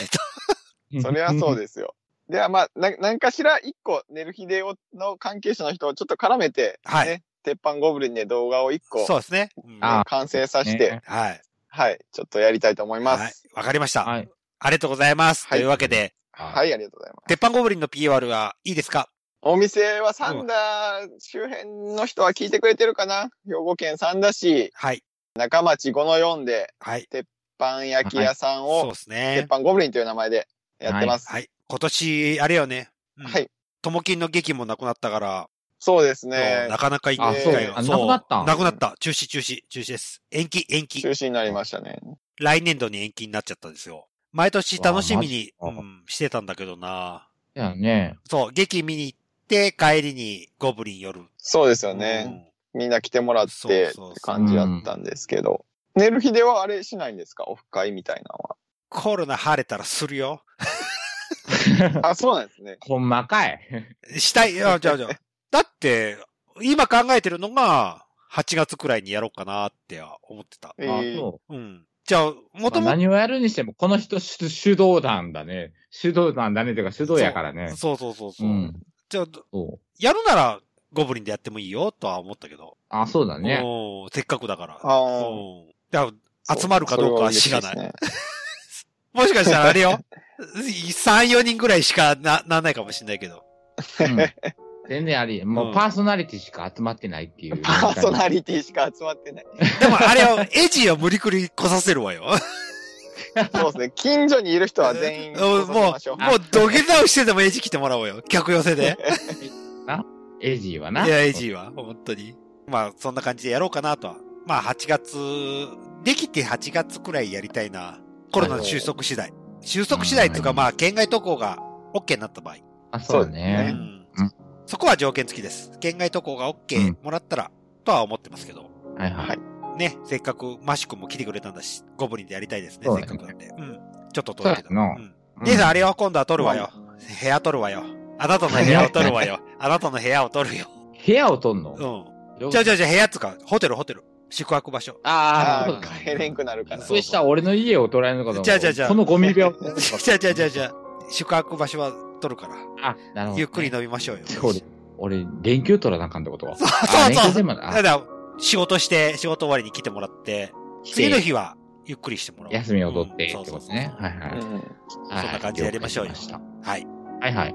S1: と。
S3: それはそう
S2: で。
S3: ですよ。では、まあ、な何かしら一個、寝る日でおの関係者の人をちょっと絡めて、
S1: はい
S3: ね、鉄板ゴブリンで動画を一個、
S1: そうですね。うん
S2: あ
S3: 完成させ て、
S2: ね
S1: はい。
S3: はい、ちょっとやりたいと思いま
S1: はい
S3: す。。
S1: わかりました。
S2: はい。
S1: ありがとうございます。
S3: はい
S1: というわけで、
S3: はい、
S2: い。
S3: ありがとうございます。
S1: 鉄板ゴブリンの PR はいいですか
S3: お店はサンダー周辺の人は聞いてくれてるかな兵庫県三田市
S1: はい。
S3: 中町5の4で
S1: はい。
S3: パン焼き屋さん
S1: そう
S3: を
S1: です
S3: 鉄
S1: ね。
S3: 板ゴブリンという名前でやってます。
S1: はい。今年、あれよね。うん
S3: はい。
S1: ともきんの劇もなくなったから、
S3: そうです
S1: もう
S3: ね
S1: な。かなか行
S3: あ
S1: く機会
S3: そう
S1: が、
S2: あなくなった
S1: なくなった。中止、中止、中止です。延期、延期
S3: 中。止になりましたね。
S1: 来年度に延期になっちゃったんですよ。毎年楽しみに、
S2: わ
S1: う
S2: あマジ
S1: ん、してたんだけどな
S2: じゃあね。
S1: そう、劇見に行って、帰りにゴブリン寄る。
S3: そうですよね。みんな来てもらって
S1: そうそう
S3: って
S1: そう
S3: 感じだったんですけど。寝る日ではあれしないんですかオフ会みたいな
S1: うんコロナ晴れたらするよ。
S3: のは。あ、そうなんですね。
S2: ほんまかい。
S1: したい。いや、じゃあじ ゃあ。だって、今考えてるのが、8月くらいにやろうかなって思ってた。
S3: え
S2: あ
S3: ー
S2: そ
S1: うん。じゃあ、も
S2: う。ま
S1: と
S2: あ
S1: もと、
S2: 何をやるにしても、この人主主導団だね。主導団だねというか、主導やからね。
S1: そうそうそうそうう。
S2: ん。
S1: じゃあ、
S2: そう。
S1: やるなら、ゴブリンでやってもいいよ、とは思ったけど。
S2: あ、そうだね。
S1: おーせっかくだから。
S3: あー
S1: うん。だから集まるかどうかは知らない。
S3: それは嬉しですね
S1: もしかしたらあれよ。3、4人ぐらいしかな、なんないかもしれないけど。
S2: うん全然あり。もううんパーソナリティしか集まってないっていう。
S3: パーソナリティしか集まっ てない。
S1: でもあれを、エジを無理くり来させるわよ。
S3: そうですね。近所にいる人は全員来させましょ う。
S1: もう土下座をしてでもエジ来てもらおうよ。客寄せで。
S2: エイジーはな。
S1: いや、エイジーは、本当に。まあ、そんな感じでやろうかなとは。まあ、8月、できて8月くらいやりたいな。コロナの収束次第。収束次第っていうか、
S2: うん
S1: まあ、県外渡航が OK になった場合。
S2: あ、そうだ
S3: う
S1: う
S2: ね。
S1: ん
S2: うん
S1: そこは条件付きです。県外渡航が
S2: う
S1: OK
S2: ん
S1: もらったら、とは思ってますけど。
S2: はいはい。
S1: ね、せっかくマシュ君も来てくれたんだし、ゴブリンでやりたいですね、
S2: そう
S1: せ
S2: だ
S1: っ
S2: ね
S1: かくなんで。うん。ちょっと遠いけど。
S2: そうやな
S1: うん姉さん、あれよ、今度は撮るわよ。部屋撮るわよ。あなたの部屋を撮るわよ。あなたの部屋を撮るよ。
S2: 部屋を取んの
S1: うん。
S2: どう
S1: じゃあじゃあじゃあ部屋っつうか、ホテルホテル。宿泊場所。
S2: あ
S3: あ
S2: あ、
S3: あ、帰れんくなるから。
S2: そうしたら俺の家を取られるのかと思う。
S1: じゃあじゃあじゃあ
S2: このゴミ部屋を。
S1: じゃあじゃあじゃあじゃあ、宿泊場所は取るから、
S2: あ、なるほど。
S1: ゆっくり飲みましょうよ。
S2: そうだ俺、連休取らなあかんってことは。
S1: そう
S2: あ
S1: そう
S2: 連休
S1: そう。
S2: でもな
S1: ただ、仕事して、仕事終わりに来てもらって、次の日はゆっくりしてもらおう。
S2: 休みを取って
S1: うん
S2: ってことね。
S1: そうそうそう
S2: はいは
S3: う
S2: い。
S3: ん。
S2: はい
S1: そんな感じでやりましょうよ
S2: 了解しま
S1: はい。
S2: したはいはい。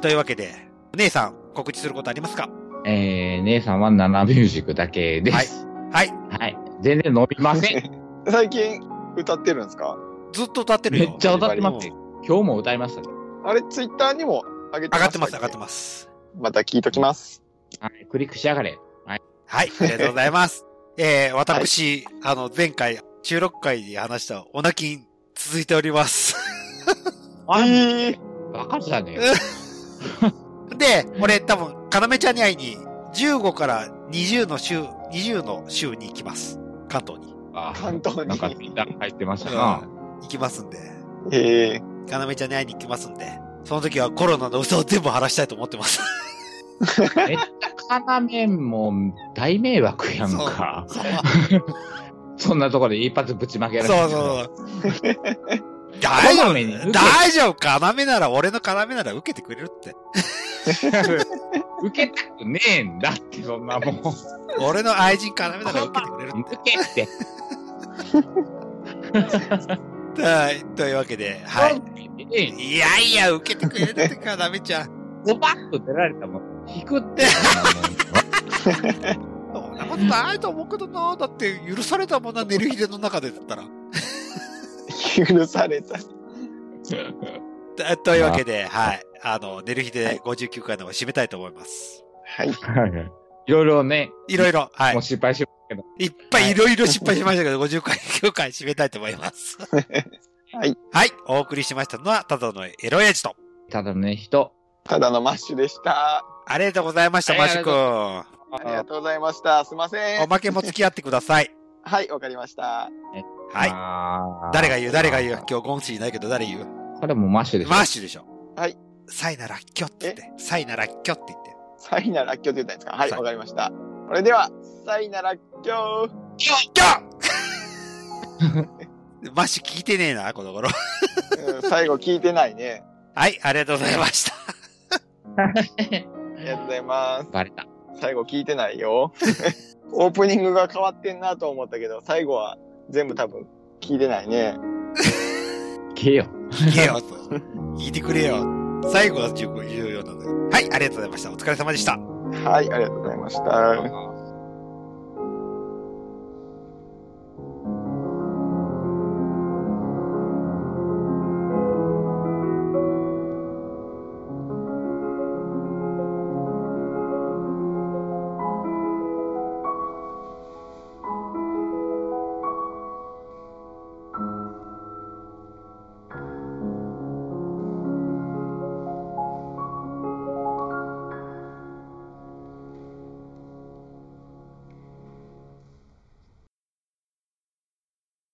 S1: というわけで、お姉さん、告知することありますか
S2: えー、姉さんは7ミュージックだけです。
S1: はい。
S2: はい。全然伸びま せん。
S3: 最近歌ってるんですか
S1: ずっと歌ってる
S2: め
S1: よ。
S2: っちゃ歌ってま
S1: うん
S2: す。今日も歌いましたね。
S3: あれ、ツイッターにも上げて
S1: 上がってます、上がって
S3: ま
S1: ます。
S3: す。また聞いときます。
S2: はい。クリックしやがれ。
S1: はい、ありがとうございます。 えー、私、あの、前回、収録会で話したオナキン、続いております。
S2: あ
S3: えー
S2: バカじゃねえよ。
S1: で、俺多分、かなめちゃんに会いに、15から20の週、20の週に行きます。関東に。
S2: あー
S3: 関東に
S2: なんかみんな入ってましたな。
S1: 行きますんで。
S3: ええ
S1: かなめちゃんに会いに行きますんで。その時はコロナの嘘を全部晴らしたいと思ってます。
S2: めっちゃ要も大迷惑やんか。
S1: そう
S2: そんなところで一発ぶちまけられ
S1: そうそう。大丈
S2: こまめに受
S1: 夫
S2: け
S1: 大丈夫かなめなら、俺のかなめなら受けてくれるって。
S2: う。 受けたくねえんだって、そん なもん。
S1: 俺の愛人かなめなら受けてくれるって
S2: 受。けって。
S1: はい。というわけで、はい。
S2: ええ
S1: いやいや、受けてくれるってかなめちゃん。
S2: ズバッと出られたもん。引くって。
S1: そんなことないと思うけどな。だって、許されたもんな、寝る日での中でだったら。
S3: 許された。
S1: とというわけで、はい。あの、寝る日で59回の方を締めたいと思います。
S3: はい。
S2: いろいろね、
S1: いろいろ、は
S2: も。
S1: いう
S2: 失敗しましたけど。
S1: いっぱいいろいろ失敗しましたけど、59回、9回 締めたいと思い ます。
S3: はい。
S1: はい。お送りしましたのは、ただのエロやじと。
S2: ただね、人。
S3: ただのマッシュでした。
S1: ありがとうございました、
S2: はい
S1: マシュ君。
S3: ありがとうございました。すいませ
S1: お
S3: ん。
S1: まけも付き合ってくださ い。
S3: はい、わかりました。
S1: はい。
S2: い
S1: 誰が言う、誰が言う。今日ゴンシーいないけど、誰言う。
S2: これもマッシュでしょ。
S1: マッシュでしょ。
S3: はい。
S1: サイナラッキョって言って。サイナラッキョって言って。
S3: サイナラッキョって言ったんですかはい、
S1: はい
S3: わかりました。それでは、サイナラッキョ
S1: キョッ マッシュ聞いてねえな、この頃。
S3: うん最後聞いてな いね。
S1: はい、ありがとうございました。
S3: ありがとうございます。
S2: バレた。
S3: 最後聞いてないよ。 オープニングが変わってんなと思ったけど、最後は全部多分聞いてないね。
S2: 消えよ。
S1: 聞けよ。聞いてくれよ。最後は重要なんだよ。はい、ありがとうございました。お疲れ様でした。
S3: はい、ありがとうございました。
S2: あー